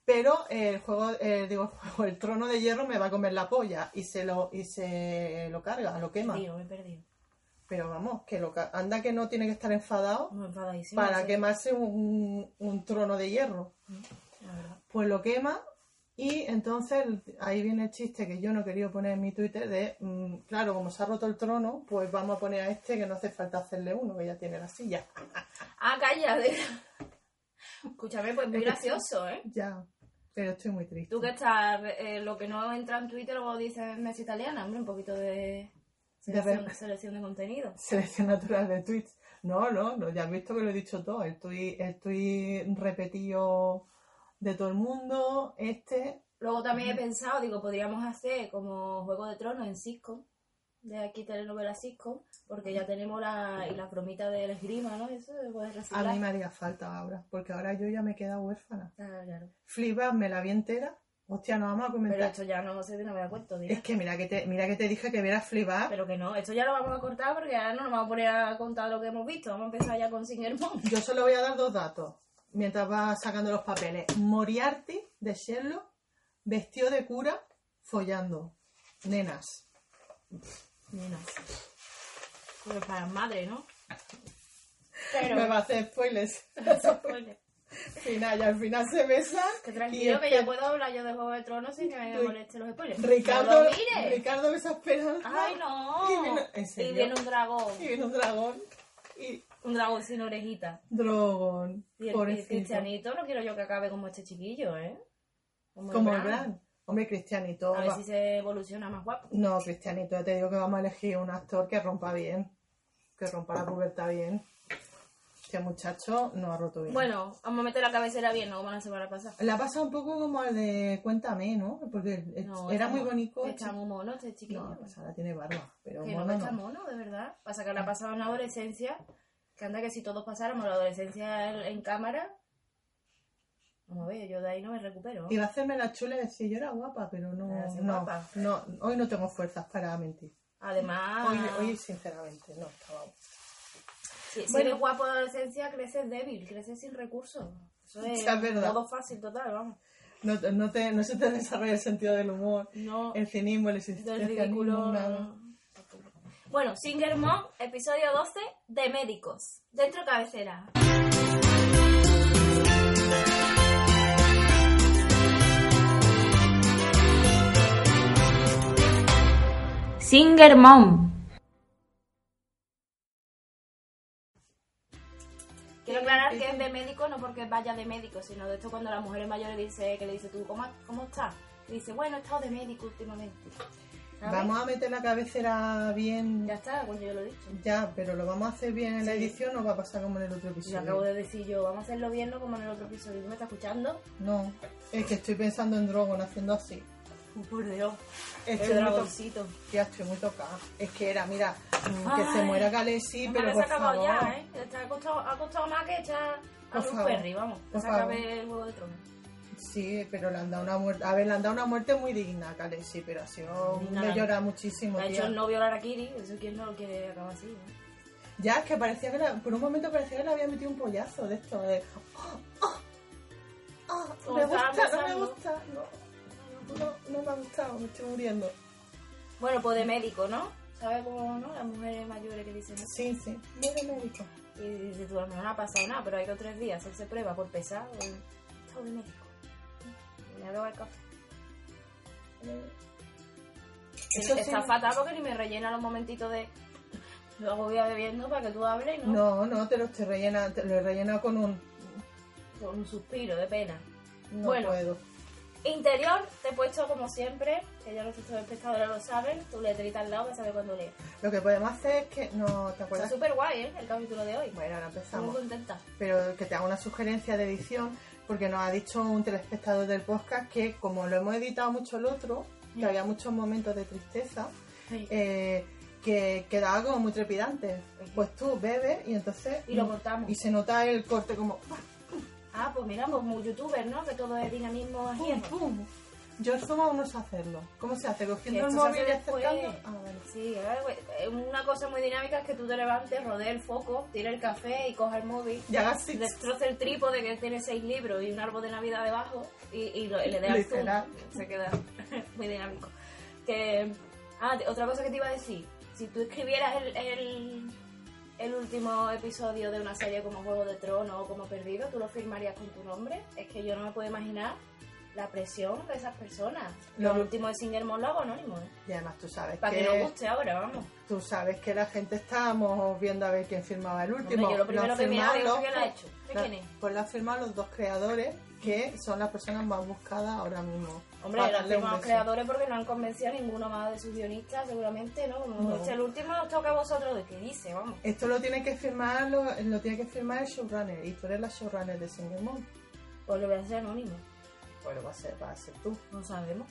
[SPEAKER 1] Pero el juego, el, digo, el juego, el trono de hierro me va a comer la polla y se lo, y se lo carga, lo quema.
[SPEAKER 2] Tío, me he perdido.
[SPEAKER 1] Pero vamos, que lo, ca- anda que no tiene que estar enfadado
[SPEAKER 2] Muy enfadadísima.
[SPEAKER 1] para
[SPEAKER 2] sí,
[SPEAKER 1] quemarse un- un trono de hierro
[SPEAKER 2] la verdad.
[SPEAKER 1] pues lo quema y entonces ahí viene el chiste que yo no quería poner en mi Twitter de, mm, claro, como se ha roto el trono, pues vamos a poner a este que no hace falta hacerle uno, que ya tiene la silla.
[SPEAKER 2] Ah, calla. de- Escúchame, pues muy
[SPEAKER 1] Es que-
[SPEAKER 2] gracioso, ¿eh?
[SPEAKER 1] ya, pero estoy muy triste.
[SPEAKER 2] Tú que estás, eh, lo que no entra en Twitter luego dices mesa italiana, hombre, un poquito de selección
[SPEAKER 1] ver.
[SPEAKER 2] selección de contenido.
[SPEAKER 1] Selección natural de tweets. No, no, no, ya has visto que lo he dicho todo. El tweet, el tuit repetido de todo el mundo, este,
[SPEAKER 2] Luego también he pensado, digo, podríamos hacer como Juego de Tronos en sitcom, de aquí telenovela sitcom, porque ya tenemos la, y la bromita del esgrima, ¿no? Eso se puede
[SPEAKER 1] a
[SPEAKER 2] reciclar.
[SPEAKER 1] mí me haría falta ahora, porque ahora yo ya me he quedado huérfana.
[SPEAKER 2] Ah, claro.
[SPEAKER 1] Flipas, me la vi entera. Hostia, no vamos a comentar.
[SPEAKER 2] Pero esto ya no sé, no me da cuenta,
[SPEAKER 1] Es que mira que te, mira que te dije que vieras flipar.
[SPEAKER 2] Pero que no, esto ya lo vamos a cortar porque ahora no nos vamos a poner a contar lo que hemos visto. Vamos a empezar ya con Sin Hermón.
[SPEAKER 1] Yo solo voy a dar dos datos mientras va sacando los papeles. Moriarty de Sherlock, vestido de cura, follando. Nenas.
[SPEAKER 2] Nenas. Pues para madre, ¿no?
[SPEAKER 1] Me
[SPEAKER 2] Pero.
[SPEAKER 1] va a hacer spoilers.
[SPEAKER 2] Bueno,
[SPEAKER 1] final, y al final se besan. y este
[SPEAKER 2] que
[SPEAKER 1] es
[SPEAKER 2] tranquilo que ya puedo hablar yo de Juego de Tronos sin que me
[SPEAKER 1] Uy.
[SPEAKER 2] molesten los spoilers.
[SPEAKER 1] Ricardo,
[SPEAKER 2] ¡No lo mires!
[SPEAKER 1] Ricardo besa a Esperanza.
[SPEAKER 2] ¡Ay,
[SPEAKER 1] Y viene-
[SPEAKER 2] no!
[SPEAKER 1] ¿En
[SPEAKER 2] Y
[SPEAKER 1] serio?
[SPEAKER 2] viene un dragón.
[SPEAKER 1] Y viene un dragón. Y
[SPEAKER 2] Un dragón sin orejita.
[SPEAKER 1] dragón.
[SPEAKER 2] Y el- el,
[SPEAKER 1] Pobrecito.
[SPEAKER 2] cristianito no quiero yo que acabe como este chiquillo, ¿eh?
[SPEAKER 1] Como el gran. Hombre, Cristianito.
[SPEAKER 2] A ver
[SPEAKER 1] va-
[SPEAKER 2] si se evoluciona más guapo.
[SPEAKER 1] No, Cristianito, te digo que vamos a elegir un actor que rompa bien, que rompa la pubertad bien. Este muchacho no ha roto bien.
[SPEAKER 2] Bueno, vamos a meter la cabecera bien, ¿no? Como la semana pasada.
[SPEAKER 1] La pasa un poco como el de Cuéntame, ¿no? Porque el-
[SPEAKER 2] No,
[SPEAKER 1] Eh, era
[SPEAKER 2] está
[SPEAKER 1] muy
[SPEAKER 2] mono.
[SPEAKER 1] bonito.
[SPEAKER 2] Está muy mono este chiquillo.
[SPEAKER 1] No, pues ahora tiene barba, pero
[SPEAKER 2] que
[SPEAKER 1] mono
[SPEAKER 2] no está
[SPEAKER 1] no.
[SPEAKER 2] mono, de verdad. Pasa que le ha pasado en la adolescencia. Que anda que si todos pasáramos la adolescencia en, en cámara. Vamos a ver, yo de ahí no me recupero.
[SPEAKER 1] Iba a hacerme la chula y decir, yo era guapa, pero no,
[SPEAKER 2] Ah, sí,
[SPEAKER 1] no,
[SPEAKER 2] guapa.
[SPEAKER 1] no, hoy no tengo fuerzas para mentir.
[SPEAKER 2] Además,
[SPEAKER 1] Hoy, hoy, sinceramente, no estaba.
[SPEAKER 2] si, si
[SPEAKER 1] bueno.
[SPEAKER 2] eres guapo de adolescencia, creces débil, creces sin recursos. Eso es,
[SPEAKER 1] Sí, es verdad.
[SPEAKER 2] todo fácil, total, vamos.
[SPEAKER 1] No, te- no, te, no se te desarrolla el sentido del humor,
[SPEAKER 2] No,
[SPEAKER 1] el cinismo, el
[SPEAKER 2] del
[SPEAKER 1] existencialismo,
[SPEAKER 2] ridículo.
[SPEAKER 1] nada.
[SPEAKER 2] Bueno, Singer Mom, episodio 12 de Médicos. Dentro cabecera. Singer Mom. Quiero aclarar que es de médico, no porque vaya de médico, sino de esto cuando las mujeres mayores dice que le dice tú, ¿cómo, cómo estás? Y dice, bueno, he estado de médico últimamente. ¿Sabes?
[SPEAKER 1] Vamos a meter la cabecera bien.
[SPEAKER 2] Ya está, cuando yo lo he dicho.
[SPEAKER 1] Ya, pero lo vamos a hacer bien en la
[SPEAKER 2] Sí.
[SPEAKER 1] edición o va a pasar como en el otro
[SPEAKER 2] Yo
[SPEAKER 1] episodio.
[SPEAKER 2] acabo de decir yo, vamos a hacerlo bien, no como en el otro episodio. ¿Tú me estás escuchando?
[SPEAKER 1] No, es que estoy pensando en Drogon haciendo así. Oh,
[SPEAKER 2] Por Dios.
[SPEAKER 1] Estoy
[SPEAKER 2] el
[SPEAKER 1] muy, to-
[SPEAKER 2] dragoncito.
[SPEAKER 1] Tía, estoy muy tocada. Es que era, mira, mm, que se
[SPEAKER 2] Ay,
[SPEAKER 1] muera Galesi,
[SPEAKER 2] Además,
[SPEAKER 1] pero
[SPEAKER 2] se ha
[SPEAKER 1] por
[SPEAKER 2] acabado
[SPEAKER 1] favor.
[SPEAKER 2] ya, ¿eh? Está- ha, costado, ha costado más que echar a
[SPEAKER 1] Por
[SPEAKER 2] Bruce
[SPEAKER 1] favor.
[SPEAKER 2] Perry, vamos. Que
[SPEAKER 1] Por
[SPEAKER 2] se
[SPEAKER 1] favor.
[SPEAKER 2] acabe el juego de tronos.
[SPEAKER 1] Sí, pero le han dado una muerte. A ver, le han dado una muerte muy digna a Galesi, pero ha sido.
[SPEAKER 2] Digna,
[SPEAKER 1] Me
[SPEAKER 2] la-
[SPEAKER 1] llora muchísimo.
[SPEAKER 2] De ha hecho
[SPEAKER 1] tía.
[SPEAKER 2] el novio a Kiri, eso quién no lo quiere acabar así, ¿no?
[SPEAKER 1] Ya, es que parecía que la- por un momento parecía que le había metido un pollazo de esto. De, "Oh, oh, oh,
[SPEAKER 2] Como
[SPEAKER 1] me gusta, no
[SPEAKER 2] estaba
[SPEAKER 1] me
[SPEAKER 2] pensando.
[SPEAKER 1] gusta. No, ha gustado, me estoy muriendo.
[SPEAKER 2] Bueno, pues de médico, ¿no? ¿Sabes cómo, no? Las mujeres mayores que dicen eso.
[SPEAKER 1] Sí, sí. Mira, médico.
[SPEAKER 2] Y dice tú, a lo mejor no ha pasado nada, pero hay que tres días hacerse prueba por pesar. o- Está de médico. Me veo al café.
[SPEAKER 1] Eso
[SPEAKER 2] Está
[SPEAKER 1] sí.
[SPEAKER 2] fatal porque ni me rellena los momentitos de... Luego voy a bebiendo para que tú hables, ¿no?
[SPEAKER 1] No, no, te lo estoy rellena, te lo he rellenado con un.
[SPEAKER 2] Con un suspiro de pena.
[SPEAKER 1] No
[SPEAKER 2] Bueno.
[SPEAKER 1] puedo.
[SPEAKER 2] Interior, te he puesto como siempre, que ya los espectadores lo saben, tu letrita al lado para saber cuándo lees.
[SPEAKER 1] Lo que podemos hacer es que. No, ¿te
[SPEAKER 2] Está
[SPEAKER 1] acuerdas?
[SPEAKER 2] súper guay, ¿eh? El capítulo de hoy.
[SPEAKER 1] Bueno, ahora
[SPEAKER 2] Estoy muy
[SPEAKER 1] empezamos.
[SPEAKER 2] contenta.
[SPEAKER 1] Pero que te haga una sugerencia de edición, porque nos ha dicho un telespectador del podcast que, como lo hemos editado mucho el otro, que
[SPEAKER 2] Ya.
[SPEAKER 1] había muchos momentos de tristeza,
[SPEAKER 2] Sí.
[SPEAKER 1] eh, que quedaba como muy trepidante. Pues tú bebes y entonces.
[SPEAKER 2] Y lo cortamos.
[SPEAKER 1] Y se nota el corte como.
[SPEAKER 2] Ah, pues mira, pues muy youtuber, ¿no? Que todo es dinamismo a
[SPEAKER 1] ¡Pum,
[SPEAKER 2] hierro.
[SPEAKER 1] pum! Yo solo aún no sé hacerlo. ¿Cómo se hace? Cogiendo
[SPEAKER 2] Que
[SPEAKER 1] el
[SPEAKER 2] esto se
[SPEAKER 1] móvil
[SPEAKER 2] hace
[SPEAKER 1] y
[SPEAKER 2] después.
[SPEAKER 1] acercando. Ah, vale.
[SPEAKER 2] Sí, a ver, güey, eh, una cosa muy dinámica es que tú te levantes, rodees el foco, tires el café y cojas el móvil,
[SPEAKER 1] Y hagas six.
[SPEAKER 2] destroces el trípode que tiene seis libros y un árbol de Navidad debajo y, y lo- y le das zoom.
[SPEAKER 1] Literal.
[SPEAKER 2] Se queda muy dinámico. Que, ah, te- otra cosa que te iba a decir. Si tú escribieras el, el, el último episodio de una serie como Juego de Tronos o como Perdido, ¿tú lo firmarías con tu nombre? Es que yo no me puedo imaginar la presión de esas personas.
[SPEAKER 1] Lo-
[SPEAKER 2] Lo último de Singer lo hago anónimo, ¿eh?
[SPEAKER 1] Y además tú sabes
[SPEAKER 2] Para que
[SPEAKER 1] que,
[SPEAKER 2] nos guste ahora, vamos.
[SPEAKER 1] tú sabes que la gente estábamos viendo a ver quién firmaba el último.
[SPEAKER 2] Hombre, yo lo primero
[SPEAKER 1] han
[SPEAKER 2] que miro
[SPEAKER 1] firmado
[SPEAKER 2] es
[SPEAKER 1] los-
[SPEAKER 2] que la ha hecho. ¿De
[SPEAKER 1] la-
[SPEAKER 2] quién es?
[SPEAKER 1] Pues lo han firmado los dos creadores que son las personas más buscadas ahora mismo.
[SPEAKER 2] Hombre,
[SPEAKER 1] Para
[SPEAKER 2] los
[SPEAKER 1] darle un
[SPEAKER 2] firmado
[SPEAKER 1] beso.
[SPEAKER 2] creadores porque no han convencido a ninguno más de sus guionistas, seguramente, ¿no? Como
[SPEAKER 1] No.
[SPEAKER 2] este es el último, os toca a vosotros de qué dice, vamos.
[SPEAKER 1] Esto lo tiene que firmar lo, lo tiene que firmar el showrunner y tú eres la showrunner de Singer Moon.
[SPEAKER 2] Pues lo voy a hacer anónimo,
[SPEAKER 1] Pues lo va a ser, va a ser tú.
[SPEAKER 2] no sabemos.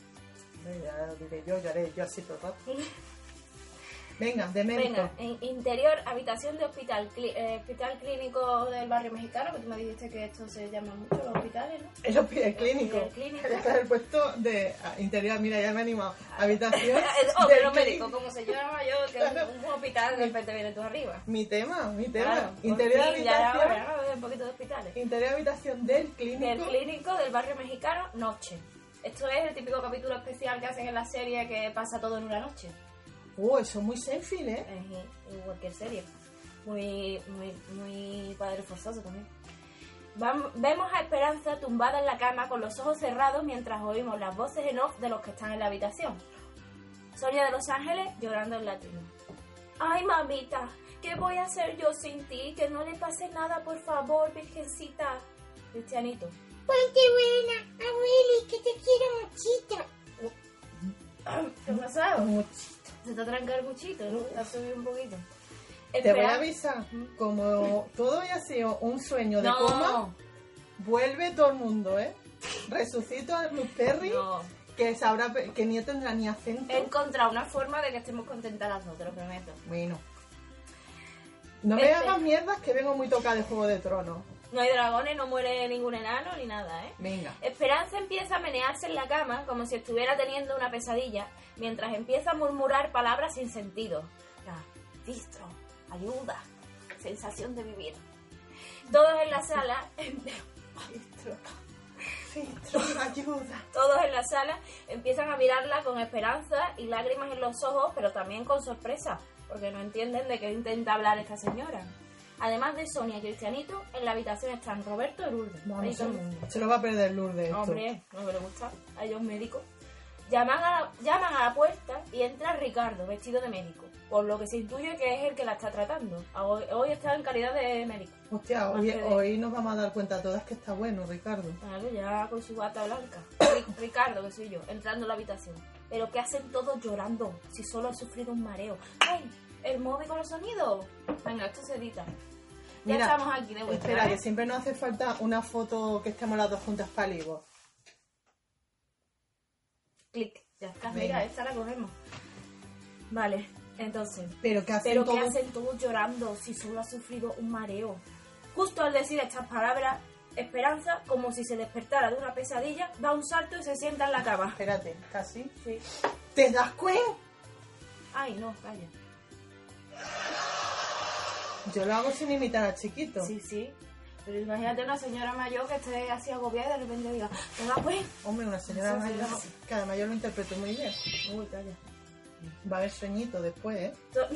[SPEAKER 1] Hombre, Ya lo diré yo, ya haré yo así todo el rato. Venga, de médico.
[SPEAKER 2] Venga, en interior, habitación de hospital, cli- eh, hospital clínico del barrio mexicano, que tú me dijiste que esto se llama mucho los hospitales, ¿no?
[SPEAKER 1] El hospital clínico.
[SPEAKER 2] El clínico. Eh,
[SPEAKER 1] Este es el puesto de ah, interior. Mira, ya me he animado. Habitación.
[SPEAKER 2] Ah. oh,
[SPEAKER 1] del
[SPEAKER 2] pero médico,
[SPEAKER 1] clínico.
[SPEAKER 2] como se llama yo, que es un, un hospital, de repente vienes tú arriba.
[SPEAKER 1] Mi tema, mi tema.
[SPEAKER 2] Claro, por
[SPEAKER 1] interior,
[SPEAKER 2] fin, ya era
[SPEAKER 1] habitación,
[SPEAKER 2] hora, ¿no? Un poquito de hospitales.
[SPEAKER 1] interior habitación del clínico.
[SPEAKER 2] del clínico del barrio mexicano Noche. Esto es el típico capítulo especial que hacen en la serie que pasa todo en una noche.
[SPEAKER 1] Uh, eso es muy Seinfeld, ¿eh?
[SPEAKER 2] Es en cualquier serie. Muy, muy, muy padre forzoso también. Vam- vemos a Esperanza tumbada en la cama con los ojos cerrados mientras oímos las voces en off de los que están en la habitación. Sonia de Los Ángeles llorando en latino. Ay, mamita, ¿qué voy a hacer yo sin ti? Que no le pase nada, por favor, virgencita. Cristianito.
[SPEAKER 3] Ponte Pues buena, Abueli, que te quiero muchito.
[SPEAKER 2] ¿Qué ha pasado?
[SPEAKER 1] Much-
[SPEAKER 2] Se te tranca el cuchito, ¿no? Te ha subido un poquito.
[SPEAKER 1] Te voy a
[SPEAKER 2] Espera-
[SPEAKER 1] avisar. Como todo haya sido un sueño de
[SPEAKER 2] no,
[SPEAKER 1] coma, vuelve todo el mundo, ¿eh? Resucito a Bruce Perry,
[SPEAKER 2] No.
[SPEAKER 1] que sabrá pe- que ni tendrá ni acento.
[SPEAKER 2] He encontrado una forma de que estemos contentas las dos, te lo prometo.
[SPEAKER 1] Bueno. No me
[SPEAKER 2] Espera.
[SPEAKER 1] hagas mierdas que vengo muy tocada de Juego de Tronos.
[SPEAKER 2] No hay dragones, no muere ningún enano ni nada, ¿eh?
[SPEAKER 1] Venga.
[SPEAKER 2] Esperanza empieza a menearse en la cama como si estuviera teniendo una pesadilla, mientras empieza a murmurar palabras sin sentido. Registro, ayuda, sensación de vivir. Todos en la sala
[SPEAKER 1] Filtro. Filtro. Ayuda.
[SPEAKER 2] Todos en la sala empiezan a mirarla con esperanza y lágrimas en los ojos, pero también con sorpresa, porque no entienden de qué intenta hablar esta señora. Además de Sonia y Cristianito, en la habitación están Roberto y Lourdes. Ahí
[SPEAKER 1] Vamos,
[SPEAKER 2] todo el mundo.
[SPEAKER 1] se lo va a perder Lourdes esto.
[SPEAKER 2] Hombre, no me le gusta. Hay un médico. Llaman a, la, llaman a la puerta y entra Ricardo, vestido de médico, por lo que se intuye que es el que la está tratando. Hoy, hoy está en calidad de médico.
[SPEAKER 1] Hostia,
[SPEAKER 2] Más
[SPEAKER 1] hoy,
[SPEAKER 2] que de-
[SPEAKER 1] hoy nos vamos a dar cuenta todas que está bueno, Ricardo.
[SPEAKER 2] Claro, ya con su bata blanca. Ri- Ricardo, que soy yo, entrando a la habitación. Pero ¿qué hacen todos llorando? Si solo he sufrido un mareo. ¡Ay! El móvil con los sonidos. Venga, esto se edita. Ya
[SPEAKER 1] Mira,
[SPEAKER 2] estamos aquí de vuelta.
[SPEAKER 1] Espera,
[SPEAKER 2] ¿eh?
[SPEAKER 1] que siempre nos hace falta una foto que estemos las dos juntas para el Ivo.
[SPEAKER 2] Clic. Ya está.
[SPEAKER 1] Venga.
[SPEAKER 2] Mira, esta la cogemos. Vale, entonces.
[SPEAKER 1] Pero que hacen
[SPEAKER 2] Pero ¿qué
[SPEAKER 1] todo-
[SPEAKER 2] hacen todos llorando si solo ha sufrido un mareo? Justo al decir estas palabras, Esperanza, como si se despertara de una pesadilla, da un salto y se sienta en la cama.
[SPEAKER 1] Espérate, casi.
[SPEAKER 2] Sí.
[SPEAKER 1] ¿Te das cuenta?
[SPEAKER 2] Ay, no, calla.
[SPEAKER 1] Yo lo hago sin imitar a chiquito.
[SPEAKER 2] Sí, sí. Pero imagínate una señora mayor que esté así agobiada y de repente diga, ¿te pues?". va a morir?
[SPEAKER 1] Hombre, una señora
[SPEAKER 2] Sí, sí,
[SPEAKER 1] mayor,
[SPEAKER 2] sí.
[SPEAKER 1] que además yo lo interpreto muy bien.
[SPEAKER 2] Uy, calla.
[SPEAKER 1] Va a haber sueñito después, ¿eh?
[SPEAKER 2] To-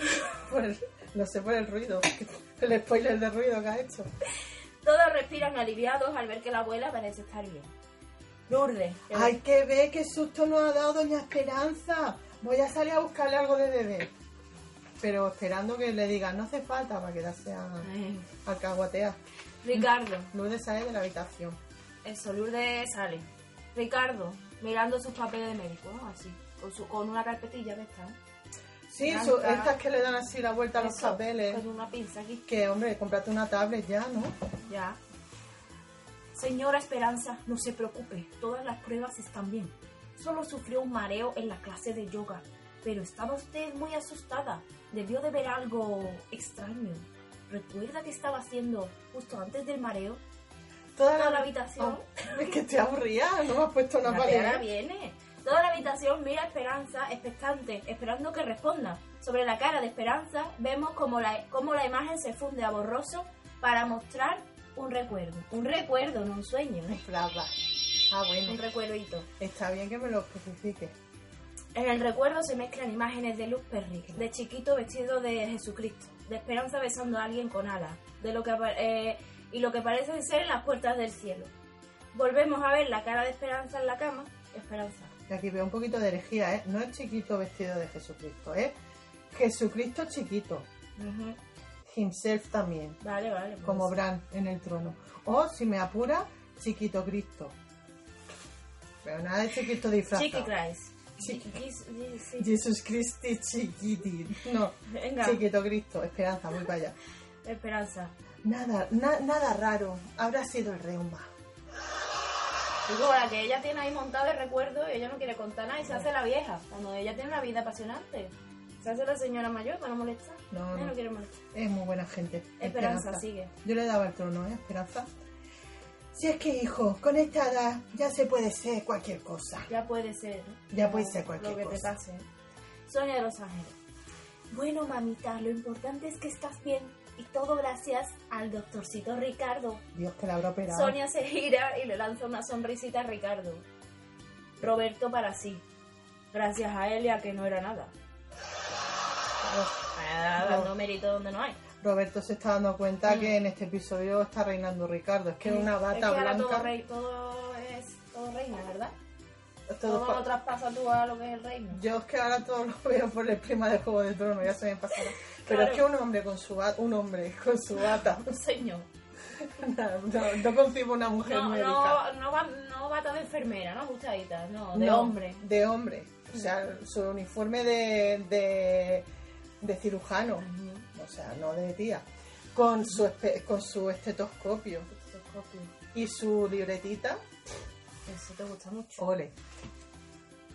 [SPEAKER 1] Por el- lo sé por el ruido, el spoiler de ruido que ha hecho.
[SPEAKER 2] Todos respiran aliviados al ver que la abuela parece estar bien. Lourdes. que-
[SPEAKER 1] Hay que ver qué susto nos ha dado Doña Esperanza. Voy a salir a buscarle algo de bebé. Pero esperando que le diga, no hace falta para quedarse a,
[SPEAKER 2] Ay,
[SPEAKER 1] a caguatear.
[SPEAKER 2] Ricardo.
[SPEAKER 1] Lourdes sale de la habitación.
[SPEAKER 2] Eso, Lourdes sale. Ricardo, mirando sus papeles de médico, ¿no? así, con, su, con una carpetilla que está.
[SPEAKER 1] Sí,
[SPEAKER 2] Blanca.
[SPEAKER 1] su- estas que le dan así la vuelta a los
[SPEAKER 2] Eso, pues,
[SPEAKER 1] papeles.
[SPEAKER 2] Con una pinza aquí,
[SPEAKER 1] Que, hombre, cómprate una tablet ya, ¿no?
[SPEAKER 2] ya. Señora Esperanza, no se preocupe, todas las pruebas están bien. Solo sufrió un mareo en la clase de yoga, pero estaba usted muy asustada. Debió de ver algo extraño. ¿Recuerda que estaba haciendo justo antes del mareo?
[SPEAKER 1] Toda
[SPEAKER 2] Toda la habitación.
[SPEAKER 1] Ah, es que te aburría, no me has puesto una
[SPEAKER 2] La peana
[SPEAKER 1] palera.
[SPEAKER 2] viene. Toda la habitación mira a Esperanza, expectante, esperando que responda. Sobre la cara de Esperanza vemos como la, cómo la imagen se funde a borroso para mostrar un recuerdo. Un recuerdo, no un sueño, ¿eh?
[SPEAKER 1] Flashback. Ah,
[SPEAKER 2] un
[SPEAKER 1] bueno.
[SPEAKER 2] recuerdito.
[SPEAKER 1] Está bien que me lo especifique.
[SPEAKER 2] En el recuerdo se mezclan imágenes de Luz Perry, de chiquito vestido de Jesucristo, de Esperanza besando a alguien con alas, de lo que apa- eh, y lo que parecen ser las puertas del cielo. Volvemos a ver la cara de Esperanza en la cama. Esperanza.
[SPEAKER 1] Y aquí veo un poquito de herejía, ¿eh? No es chiquito vestido de Jesucristo, ¿eh? Jesucristo chiquito.
[SPEAKER 2] Ujú.
[SPEAKER 1] Himself también.
[SPEAKER 2] Vale, vale. pues.
[SPEAKER 1] Como Bran en el trono. O, si me apura, chiquito Cristo. Pero nada de chiquito disfrazado.
[SPEAKER 2] Chiqui Christ.
[SPEAKER 1] Chiqui.
[SPEAKER 2] Chiqui- sí.
[SPEAKER 1] Jesús Cristi chiquitín. No,
[SPEAKER 2] Venga,
[SPEAKER 1] chiquito Cristo. Esperanza, muy para allá.
[SPEAKER 2] Esperanza.
[SPEAKER 1] Nada, na- nada raro. Habrá sido el reuma.
[SPEAKER 2] Y como la que ella tiene ahí montada de recuerdo y ella no quiere contar nada y se hace la vieja. Cuando ella tiene una vida apasionante. Se hace la señora mayor para no molestar.
[SPEAKER 1] No,
[SPEAKER 2] Ella
[SPEAKER 1] no.
[SPEAKER 2] no quiere molestar.
[SPEAKER 1] Es muy buena gente.
[SPEAKER 2] Esperanza, sigue.
[SPEAKER 1] Yo le daba el trono, ¿eh? Esperanza. Si es que, hijo, con esta edad ya se puede ser cualquier cosa.
[SPEAKER 2] Ya puede ser. ¿no?
[SPEAKER 1] Ya puede ser cualquier
[SPEAKER 2] Lo que te
[SPEAKER 1] cosa.
[SPEAKER 2] pase. ¿eh? Sonia de Los Ángeles. Bueno, mamita, lo importante es que estás bien. Y todo gracias al doctorcito Ricardo.
[SPEAKER 1] Dios que la habrá operado.
[SPEAKER 2] Sonia se gira y le lanza una sonrisita a Ricardo. Roberto para sí. Gracias a él y a que no era nada. Ah, Dando mérito donde no hay.
[SPEAKER 1] Roberto se está dando cuenta
[SPEAKER 2] Mm.
[SPEAKER 1] que en este episodio está reinando Ricardo. Es que una bata
[SPEAKER 2] es que ahora Todo,
[SPEAKER 1] blanca.
[SPEAKER 2] rey- todo es todo reina, ¿verdad?
[SPEAKER 1] todo
[SPEAKER 2] Todo,
[SPEAKER 1] pa-
[SPEAKER 2] lo traspasa tú a lo que es el reino.
[SPEAKER 1] Yo es que ahora todo lo veo por el prima de Juego de Tronos, ya se me pasará. Pero
[SPEAKER 2] Claro.
[SPEAKER 1] es que un hombre con su bata, un hombre con su bata,
[SPEAKER 2] Un señor.
[SPEAKER 1] no, no, no concibo una mujer
[SPEAKER 2] No,
[SPEAKER 1] médica.
[SPEAKER 2] no, no, va, no bata de enfermera, no gustadita, no, de
[SPEAKER 1] No,
[SPEAKER 2] hombre.
[SPEAKER 1] De hombre. O sea, su uniforme de, de, de cirujano. O sea, no de tía. Con su, espe- con su estetoscopio
[SPEAKER 2] Eso copio.
[SPEAKER 1] y su libretita.
[SPEAKER 2] Eso te gusta mucho.
[SPEAKER 1] Ole.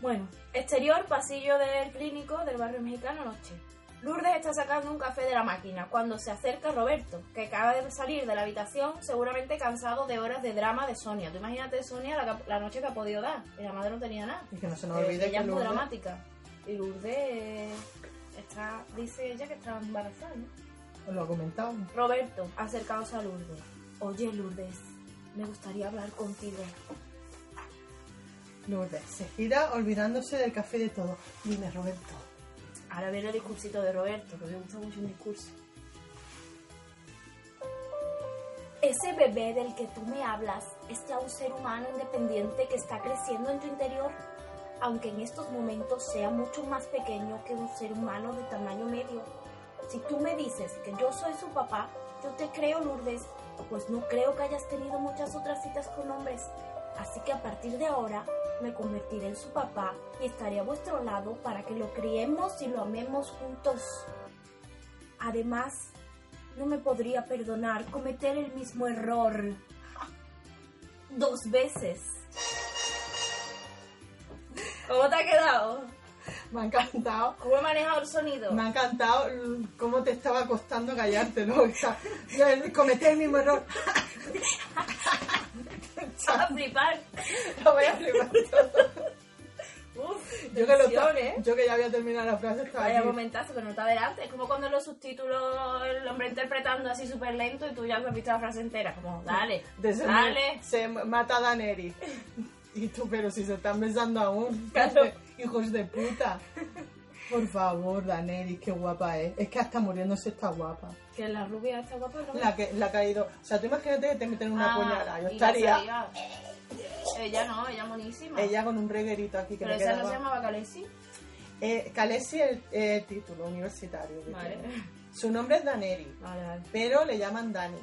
[SPEAKER 2] Bueno, exterior, pasillo del clínico del barrio mexicano, noche. Lourdes está sacando un café de la máquina cuando se acerca Roberto, que acaba de salir de la habitación seguramente cansado de horas de drama de Sonia. Tú imagínate Sonia la, que- la noche que ha podido dar, y la madre no tenía nada.
[SPEAKER 1] Y que no se nos
[SPEAKER 2] Eh,
[SPEAKER 1] olvide
[SPEAKER 2] ella
[SPEAKER 1] que
[SPEAKER 2] es muy
[SPEAKER 1] Lourdes-
[SPEAKER 2] dramática. Y Lourdes eh, está, dice ella que está embarazada, ¿no?
[SPEAKER 1] Os lo he comentado.
[SPEAKER 2] Roberto, acercaos a Lourdes. Oye, Lourdes, me gustaría hablar contigo.
[SPEAKER 1] Lourdes se gira olvidándose del café de todo. Dime, Roberto.
[SPEAKER 2] Ahora viene el discursito de Roberto, que me gusta mucho un discurso. Ese bebé del que tú me hablas es ya un ser humano independiente que está creciendo en tu interior, aunque en estos momentos sea mucho más pequeño que un ser humano de tamaño medio. Si tú me dices que yo soy su papá, yo te creo, Lourdes, pues no creo que hayas tenido muchas otras citas con hombres. Así que a partir de ahora me convertiré en su papá y estaré a vuestro lado para que lo criemos y lo amemos juntos. Además, no me podría perdonar cometer el mismo error dos veces. ¿Cómo te ha quedado?
[SPEAKER 1] Me ha encantado.
[SPEAKER 2] ¿Cómo he manejado el sonido?
[SPEAKER 1] Me ha encantado l- cómo te estaba costando callarte, ¿no? O sea, yo el- cometí el mismo error.
[SPEAKER 2] Vas a Ah, flipar.
[SPEAKER 1] Lo voy a flipar todo.
[SPEAKER 2] Uf,
[SPEAKER 1] Yo que, lo
[SPEAKER 2] intención, ¿eh?
[SPEAKER 1] yo que ya había terminado la frase estaba
[SPEAKER 2] Vaya
[SPEAKER 1] aquí.
[SPEAKER 2] momentazo, pero no te adelantes. Es como cuando en los subtítulos el hombre interpretando así súper lento y tú ya has visto la frase entera. Como, dale,
[SPEAKER 1] De se,
[SPEAKER 2] dale.
[SPEAKER 1] se mata a Daneri. Y tú, pero si se están besando aún.
[SPEAKER 2] Claro.
[SPEAKER 1] Hijos de puta. Por favor, Daneri, qué guapa es. Es que hasta muriéndose está guapa.
[SPEAKER 2] Que la rubia está guapa, ¿no?
[SPEAKER 1] La que la ha caído. O sea, tú imagínate que te meten una
[SPEAKER 2] Ah,
[SPEAKER 1] puñalada. Yo
[SPEAKER 2] y
[SPEAKER 1] estaría.
[SPEAKER 2] la salía. Ella no, ella monísima.
[SPEAKER 1] Ella con un reguerito aquí que
[SPEAKER 2] pero
[SPEAKER 1] le
[SPEAKER 2] esa no
[SPEAKER 1] quedaba.
[SPEAKER 2] se llamaba Calesi.
[SPEAKER 1] Eh, Calesi es el, es el título universitario. que
[SPEAKER 2] Vale.
[SPEAKER 1] tiene. Su nombre es Daneri,
[SPEAKER 2] Vale, vale.
[SPEAKER 1] pero le llaman Dani.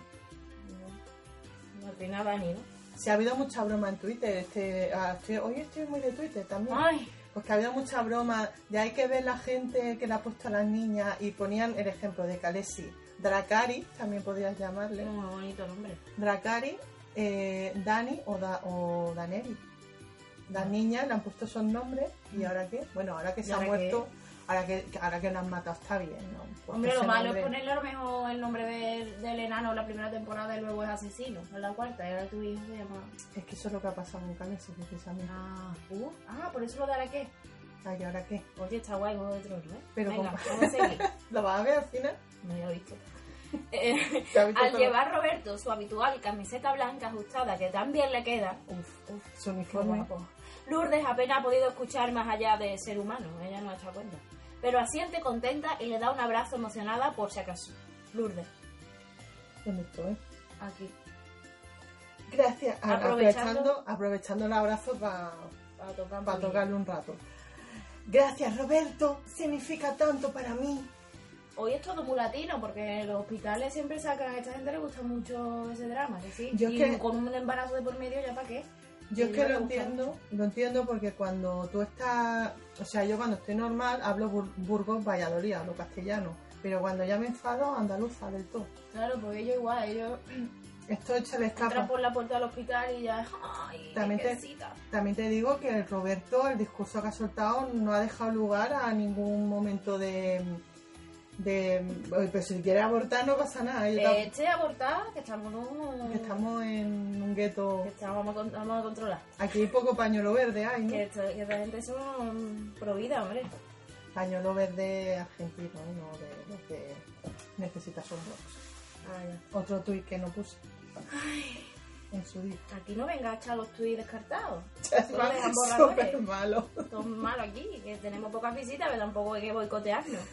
[SPEAKER 2] No, al final Dani, ¿no?
[SPEAKER 1] Se ha habido mucha broma en Twitter. Este, ah, estoy- hoy estoy muy de Twitter también.
[SPEAKER 2] Ay,
[SPEAKER 1] Porque ha habido mucha broma, ya hay que ver la gente que le ha puesto a las niñas y ponían el ejemplo de Kalesi, Dracari, también podrías llamarle,
[SPEAKER 2] tengo muy bonito nombre.
[SPEAKER 1] Pues Dracari, eh, Dani o, Da- o Daneri. Las niñas le han puesto esos nombres y ahora qué, bueno, ahora que
[SPEAKER 2] Mm. ¿Y
[SPEAKER 1] se ha
[SPEAKER 2] ahora
[SPEAKER 1] muerto, ahora que ahora que lo han matado está bien, ¿no? Porque
[SPEAKER 2] Hombre, lo
[SPEAKER 1] ese
[SPEAKER 2] malo
[SPEAKER 1] nombre-
[SPEAKER 2] es ponerle a lo mejor el nombre de- del enano en la primera temporada y luego es asesino en la cuarta. Y ahora tu hijo se llama.
[SPEAKER 1] Es que eso es lo que ha pasado con Kalesi, precisamente.
[SPEAKER 2] Ah, uh, ah, por eso lo dará qué.
[SPEAKER 1] Ay, ¿ahora qué?
[SPEAKER 2] Oye, Pues está guay Juego de Tronos, ¿eh?
[SPEAKER 1] Pero
[SPEAKER 2] Venga,
[SPEAKER 1] con-
[SPEAKER 2] vamos a seguir.
[SPEAKER 1] ¿Lo vas a ver al final?
[SPEAKER 2] No había visto. Eh,
[SPEAKER 1] ¿Te has visto
[SPEAKER 2] al
[SPEAKER 1] todo?
[SPEAKER 2] llevar Roberto su habitual camiseta blanca ajustada, que también le queda, uf, uf,
[SPEAKER 1] su
[SPEAKER 2] qué
[SPEAKER 1] uniforme.
[SPEAKER 2] guapo. Lourdes apenas ha podido escuchar más allá de ser humano, ella no ha hecho cuenta. Pero asiente contenta y le da un abrazo emocionada por si acaso. Lourdes,
[SPEAKER 1] ¿Dónde estoy?
[SPEAKER 2] aquí.
[SPEAKER 1] Gracias. A-
[SPEAKER 2] Aprovechando.
[SPEAKER 1] Aprovechando, aprovechando el abrazo para
[SPEAKER 2] Para tocar.
[SPEAKER 1] para tocarle un rato. Gracias, Roberto. Significa tanto para mí.
[SPEAKER 2] Hoy es todo muy latino, porque los hospitales siempre sacan, a esta gente le gusta mucho ese drama, que sí.
[SPEAKER 1] Yo
[SPEAKER 2] y
[SPEAKER 1] que-
[SPEAKER 2] con un embarazo de por medio, ¿ya para qué?
[SPEAKER 1] Yo es
[SPEAKER 2] Sí,
[SPEAKER 1] que
[SPEAKER 2] me
[SPEAKER 1] lo
[SPEAKER 2] gusta
[SPEAKER 1] entiendo,
[SPEAKER 2] mucho.
[SPEAKER 1] lo entiendo porque cuando tú estás, o sea, yo cuando estoy normal hablo Bur- Burgos, Valladolid, hablo castellano, pero cuando ya me enfado, andaluza del todo.
[SPEAKER 2] Claro, porque ellos igual, ellos
[SPEAKER 1] Esto se le
[SPEAKER 2] entran
[SPEAKER 1] escapa.
[SPEAKER 2] por la puerta del hospital y ya, ay,
[SPEAKER 1] También te-
[SPEAKER 2] virgencita.
[SPEAKER 1] También te digo que el Roberto, el discurso que ha soltado, no ha dejado lugar a ningún momento de. de "Oye, pero si quiere abortar, no pasa nada. yo tam-
[SPEAKER 2] Este abortado, que estamos,
[SPEAKER 1] que estamos en un gueto.
[SPEAKER 2] que estamos- vamos, a, con- vamos a controlar.
[SPEAKER 1] Aquí hay poco pañuelo verde, hay, ¿no?
[SPEAKER 2] Que, esto- que esta gente son pro vida, hombre.
[SPEAKER 1] Pañuelo verde argentino, ¿eh? no de los que necesitas un box.
[SPEAKER 2] Ah, ya.
[SPEAKER 1] Otro tuit que no puse en su día.
[SPEAKER 2] Aquí no venga a echar los tuits descartados.
[SPEAKER 1] Es
[SPEAKER 2] Solo dejan borradores.
[SPEAKER 1] súper malo.
[SPEAKER 2] Todo malo aquí, que tenemos pocas visitas, pero tampoco hay que boicotearnos.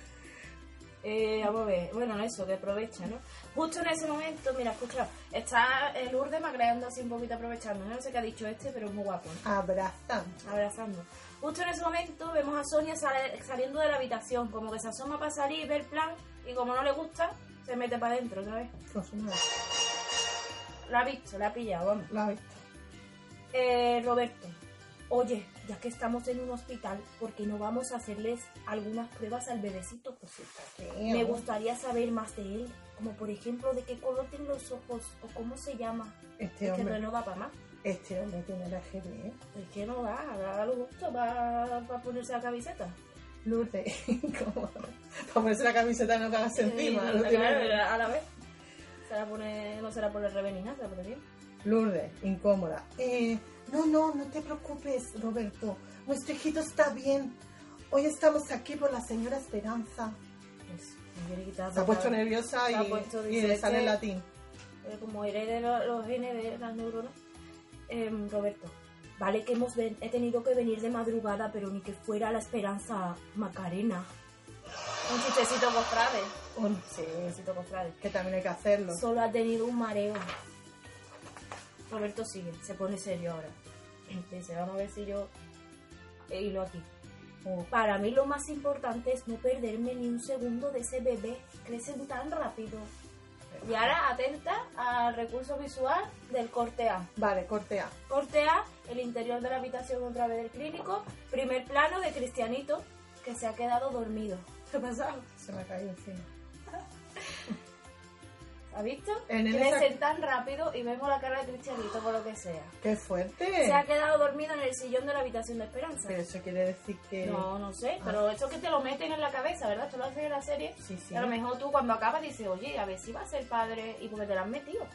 [SPEAKER 2] Eh, vamos a ver, bueno, eso, que aprovecha, ¿no? Justo en ese momento, mira, escucha, está el Lourdes magreando así un poquito aprovechando, no sé qué ha dicho este, pero es muy guapo, ¿no?
[SPEAKER 1] Abrazan.
[SPEAKER 2] abrazando. Justo en ese momento vemos a Sonia sale- saliendo de la habitación, como que se asoma para salir y ver el plan, y como no le gusta, se mete para adentro otra vez.
[SPEAKER 1] Con su madre.
[SPEAKER 2] La ha visto, la ha pillado, vamos.
[SPEAKER 1] ¿Lo has visto?
[SPEAKER 2] Eh, Roberto, oye, ya que estamos en un hospital, ¿por qué no vamos a hacerles algunas pruebas al bebecito, Josita?
[SPEAKER 1] Este
[SPEAKER 2] Me gustaría saber más de él, como por ejemplo de qué color tiene los ojos o cómo se llama.
[SPEAKER 1] Este
[SPEAKER 2] es que
[SPEAKER 1] hombre,
[SPEAKER 2] no da para más.
[SPEAKER 1] este hombre tiene la GB, ¿eh?
[SPEAKER 2] Es que no da, da lo gusto para ponerse la camiseta.
[SPEAKER 1] Lourdes, como para ponerse la camiseta no cagas encima.
[SPEAKER 2] Sí,
[SPEAKER 1] no
[SPEAKER 2] claro,
[SPEAKER 1] tiene-
[SPEAKER 2] era a la vez. Se la pone, no se la pone al revés ni nada, se la pone bien.
[SPEAKER 1] Lourdes, incómoda. Eh, no, no, no te preocupes, Roberto. Nuestro hijito está bien. Hoy estamos aquí por la señora Esperanza.
[SPEAKER 2] Eso, me Pues, quiere quitar
[SPEAKER 1] Se ha
[SPEAKER 2] la-
[SPEAKER 1] puesto nerviosa
[SPEAKER 2] Se ha
[SPEAKER 1] y,
[SPEAKER 2] puesto,
[SPEAKER 1] y
[SPEAKER 2] dice,
[SPEAKER 1] le sale el
[SPEAKER 2] "Este-
[SPEAKER 1] latín.
[SPEAKER 2] Pero Eh, como eres de lo- los genes de las neuronas, em, Roberto, vale que hemos ven- he tenido que venir de madrugada, pero ni que fuera la esperanza Macarena. Un chistecito con Frade.
[SPEAKER 1] Un- sí,
[SPEAKER 2] Un chistecito con Frade.
[SPEAKER 1] que también hay que hacerlo.
[SPEAKER 2] Solo ha tenido un mareo. Roberto sigue, se pone serio ahora. Dice, vamos a ver si yo eh, hilo aquí.
[SPEAKER 1] Oh,
[SPEAKER 2] Para mí lo más importante es no perderme ni un segundo de ese bebé. Crecen tan rápido. Y ahora atenta al recurso visual del corte A.
[SPEAKER 1] Vale, cortea.
[SPEAKER 2] Corte A, el interior de la habitación otra vez del clínico. Primer plano de Cristianito, que se ha quedado dormido. ¿Qué ha pasado?
[SPEAKER 1] Se me ha caído encima.
[SPEAKER 2] ¿Has visto?
[SPEAKER 1] En el
[SPEAKER 2] Crecen tan rápido y vemos la cara de Cristianito por lo que sea.
[SPEAKER 1] ¡Qué fuerte!
[SPEAKER 2] Se ha quedado dormido en el sillón de la habitación de Esperanza.
[SPEAKER 1] Pero eso quiere decir que...
[SPEAKER 2] No, no sé,
[SPEAKER 1] Ah.
[SPEAKER 2] pero eso que te lo meten en la cabeza, ¿verdad? Tú lo haces en la serie.
[SPEAKER 1] Sí, sí.
[SPEAKER 2] A lo mejor tú cuando acabas dices, oye, a ver si va a ser padre y porque te lo han metido.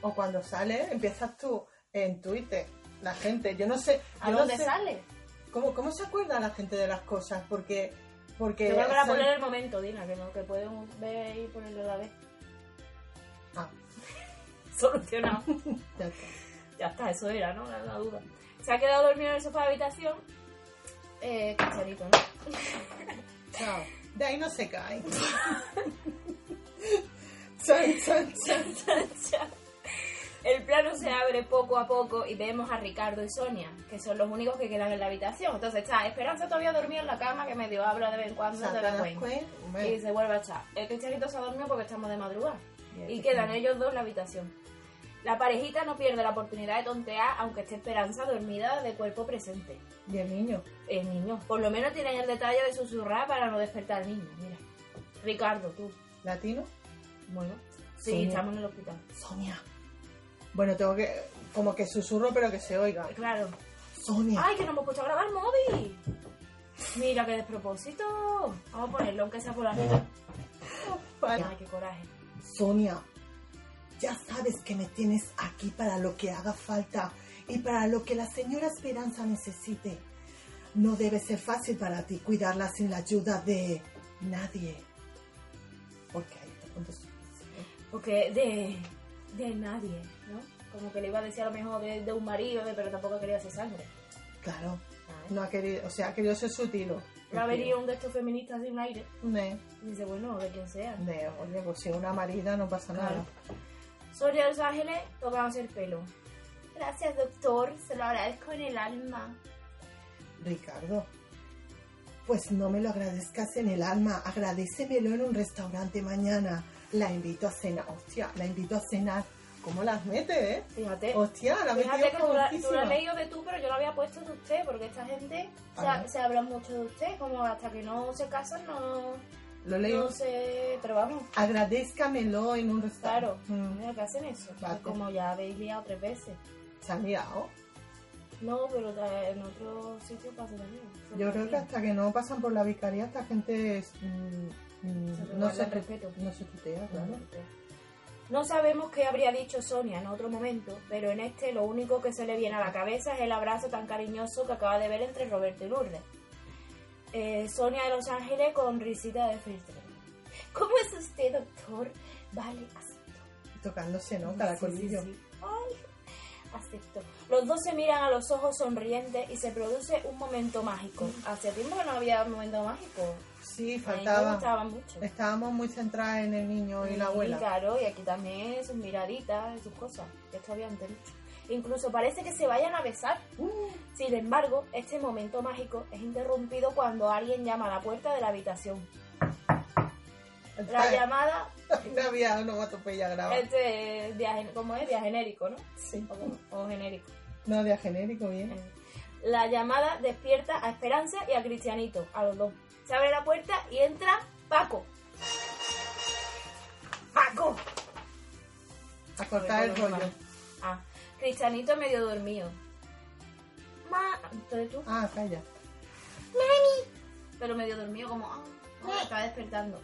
[SPEAKER 1] O cuando sales, empiezas tú en Twitter. La gente, yo no sé...
[SPEAKER 2] ¿A
[SPEAKER 1] yo no
[SPEAKER 2] dónde
[SPEAKER 1] sé-
[SPEAKER 2] sale?
[SPEAKER 1] ¿Cómo, cómo se acuerda la gente de las cosas? Porque... porque
[SPEAKER 2] Te voy a volver a
[SPEAKER 1] son-
[SPEAKER 2] poner el momento, Dina, que no, que pueden ver y ponerlo a la vez.
[SPEAKER 1] Ah,
[SPEAKER 2] Solucionado.
[SPEAKER 1] ya está.
[SPEAKER 2] Ya está, eso era, ¿no? La, la duda. Se ha quedado dormido en el sofá de habitación. Eh, Cristianito, ¿no?
[SPEAKER 1] Chao. De ahí no se cae. Chan, chan, chan.
[SPEAKER 2] El plano se abre poco a poco y vemos a Ricardo y Sonia, que son los únicos que quedan en la habitación. Entonces está Esperanza todavía dormía en la cama, que medio habla de vez en cuando de la
[SPEAKER 1] Satanás
[SPEAKER 2] Gwen.
[SPEAKER 1] Queen,
[SPEAKER 2] Y
[SPEAKER 1] hombre.
[SPEAKER 2] se vuelve a echar. El cristianito Este se ha dormido porque estamos de madrugada. Y este
[SPEAKER 1] Bien.
[SPEAKER 2] quedan ellos dos en la habitación. La parejita no pierde la oportunidad de tontear, aunque esté Esperanza dormida de cuerpo presente.
[SPEAKER 1] Y el niño.
[SPEAKER 2] El niño. Por lo menos tienen el detalle de susurrar para no despertar al niño. Mira. Ricardo, tú.
[SPEAKER 1] ¿Latino?
[SPEAKER 2] Bueno. Sí,
[SPEAKER 1] Sonia.
[SPEAKER 2] estamos en el hospital.
[SPEAKER 1] Sonia. Bueno, tengo que... Como que susurro, pero que se oiga.
[SPEAKER 2] Claro.
[SPEAKER 1] Sonia.
[SPEAKER 2] ¡Ay, que nos hemos puesto a grabar móvil! Mira, qué despropósito. Vamos a ponerlo, aunque sea por la noche.
[SPEAKER 1] Para-
[SPEAKER 2] Ay, qué coraje.
[SPEAKER 1] Sonia, ya sabes que me tienes aquí para lo que haga falta y para lo que la señora Esperanza necesite. No debe ser fácil para ti cuidarla sin la ayuda de nadie. Porque ahí te contesto.
[SPEAKER 2] Porque de, de nadie, ¿no? Como que le iba a decir a lo mejor de, de un marido, de- pero tampoco quería hacer sangre.
[SPEAKER 1] Claro,
[SPEAKER 2] ¿sabes?
[SPEAKER 1] no ha querido, o sea, ha querido ser sutil.
[SPEAKER 2] Va a venir un de estos feministas de un aire
[SPEAKER 1] Ne,
[SPEAKER 2] y dice, bueno, de quien sea.
[SPEAKER 1] ne, oye, pues si es una marida no pasa
[SPEAKER 2] Claro.
[SPEAKER 1] nada.
[SPEAKER 2] Sonia de Los Ángeles tocándose el pelo. Gracias, doctor. Se lo agradezco en el alma.
[SPEAKER 1] Ricardo, pues no me lo agradezcas en el alma, agradécemelo en un restaurante mañana. La invito a cenar, hostia, la invito a cenar. ¿Cómo las mete, eh?
[SPEAKER 2] Fíjate.
[SPEAKER 1] Hostia, la
[SPEAKER 2] Fíjate que
[SPEAKER 1] metió
[SPEAKER 2] tú la, tú la
[SPEAKER 1] jovencísima.
[SPEAKER 2] has leído de tú, pero yo la había puesto de usted, porque esta gente se,
[SPEAKER 1] Ah.
[SPEAKER 2] se habla mucho de usted, como hasta que no se casan, no,
[SPEAKER 1] Lo leí.
[SPEAKER 2] no se... Pero vamos,
[SPEAKER 1] Agradézcamelo en un
[SPEAKER 2] claro,
[SPEAKER 1] restaurante. Mm.
[SPEAKER 2] mira que hacen eso,
[SPEAKER 1] Vale.
[SPEAKER 2] como ya habéis liado tres veces.
[SPEAKER 1] Se ha mirado.
[SPEAKER 2] No, pero tra- en otro sitio pasa también.
[SPEAKER 1] Yo creo que hasta que no pasan por la vicaría, esta gente es, mm, mm,
[SPEAKER 2] Se
[SPEAKER 1] no,
[SPEAKER 2] guarda
[SPEAKER 1] se,
[SPEAKER 2] el respeto.
[SPEAKER 1] no se tutea, claro.
[SPEAKER 2] No sabemos qué habría dicho Sonia en otro momento, pero en este lo único que se le viene a la cabeza es el abrazo tan cariñoso que acaba de ver entre Roberto y Lourdes. Eh, Sonia de Los Ángeles con risita de filtro. ¿Cómo es usted, doctor? Vale, acepto.
[SPEAKER 1] Tocándose, ¿no?
[SPEAKER 2] Sí,
[SPEAKER 1] Cada
[SPEAKER 2] sí,
[SPEAKER 1] colillo.
[SPEAKER 2] sí, sí. Ay, acepto. Los dos se miran a los ojos sonrientes y se produce un momento mágico. Hace tiempo que no había un momento mágico.
[SPEAKER 1] Sí,
[SPEAKER 2] A mí me
[SPEAKER 1] faltaba.
[SPEAKER 2] gustaba mucho.
[SPEAKER 1] Estábamos muy centradas en el niño y la
[SPEAKER 2] Sí,
[SPEAKER 1] abuela.
[SPEAKER 2] Claro, y aquí también sus miraditas, sus cosas. Esto había antes mucho. Incluso parece que se vayan a besar.
[SPEAKER 1] Uh.
[SPEAKER 2] Sin embargo, este momento mágico es interrumpido cuando alguien llama a la puerta de la habitación. La llamada,
[SPEAKER 1] No había onomatopeya grabada.
[SPEAKER 2] este, día gen- ¿cómo es? Día genérico, ¿no?
[SPEAKER 1] Sí.
[SPEAKER 2] O, como- o genérico.
[SPEAKER 1] No había genérico, bien.
[SPEAKER 2] Eh, La llamada despierta a Esperanza y a Cristianito, a los dos. Se abre la puerta y entra Paco. ¡Paco!
[SPEAKER 1] A cortar el
[SPEAKER 2] Recuerdo
[SPEAKER 1] rollo.
[SPEAKER 2] mal. Ah, Cristianito medio dormido. Ma, entonces tú,
[SPEAKER 1] Ah, calla.
[SPEAKER 2] pero medio dormido como, ah, ah, me está despertando.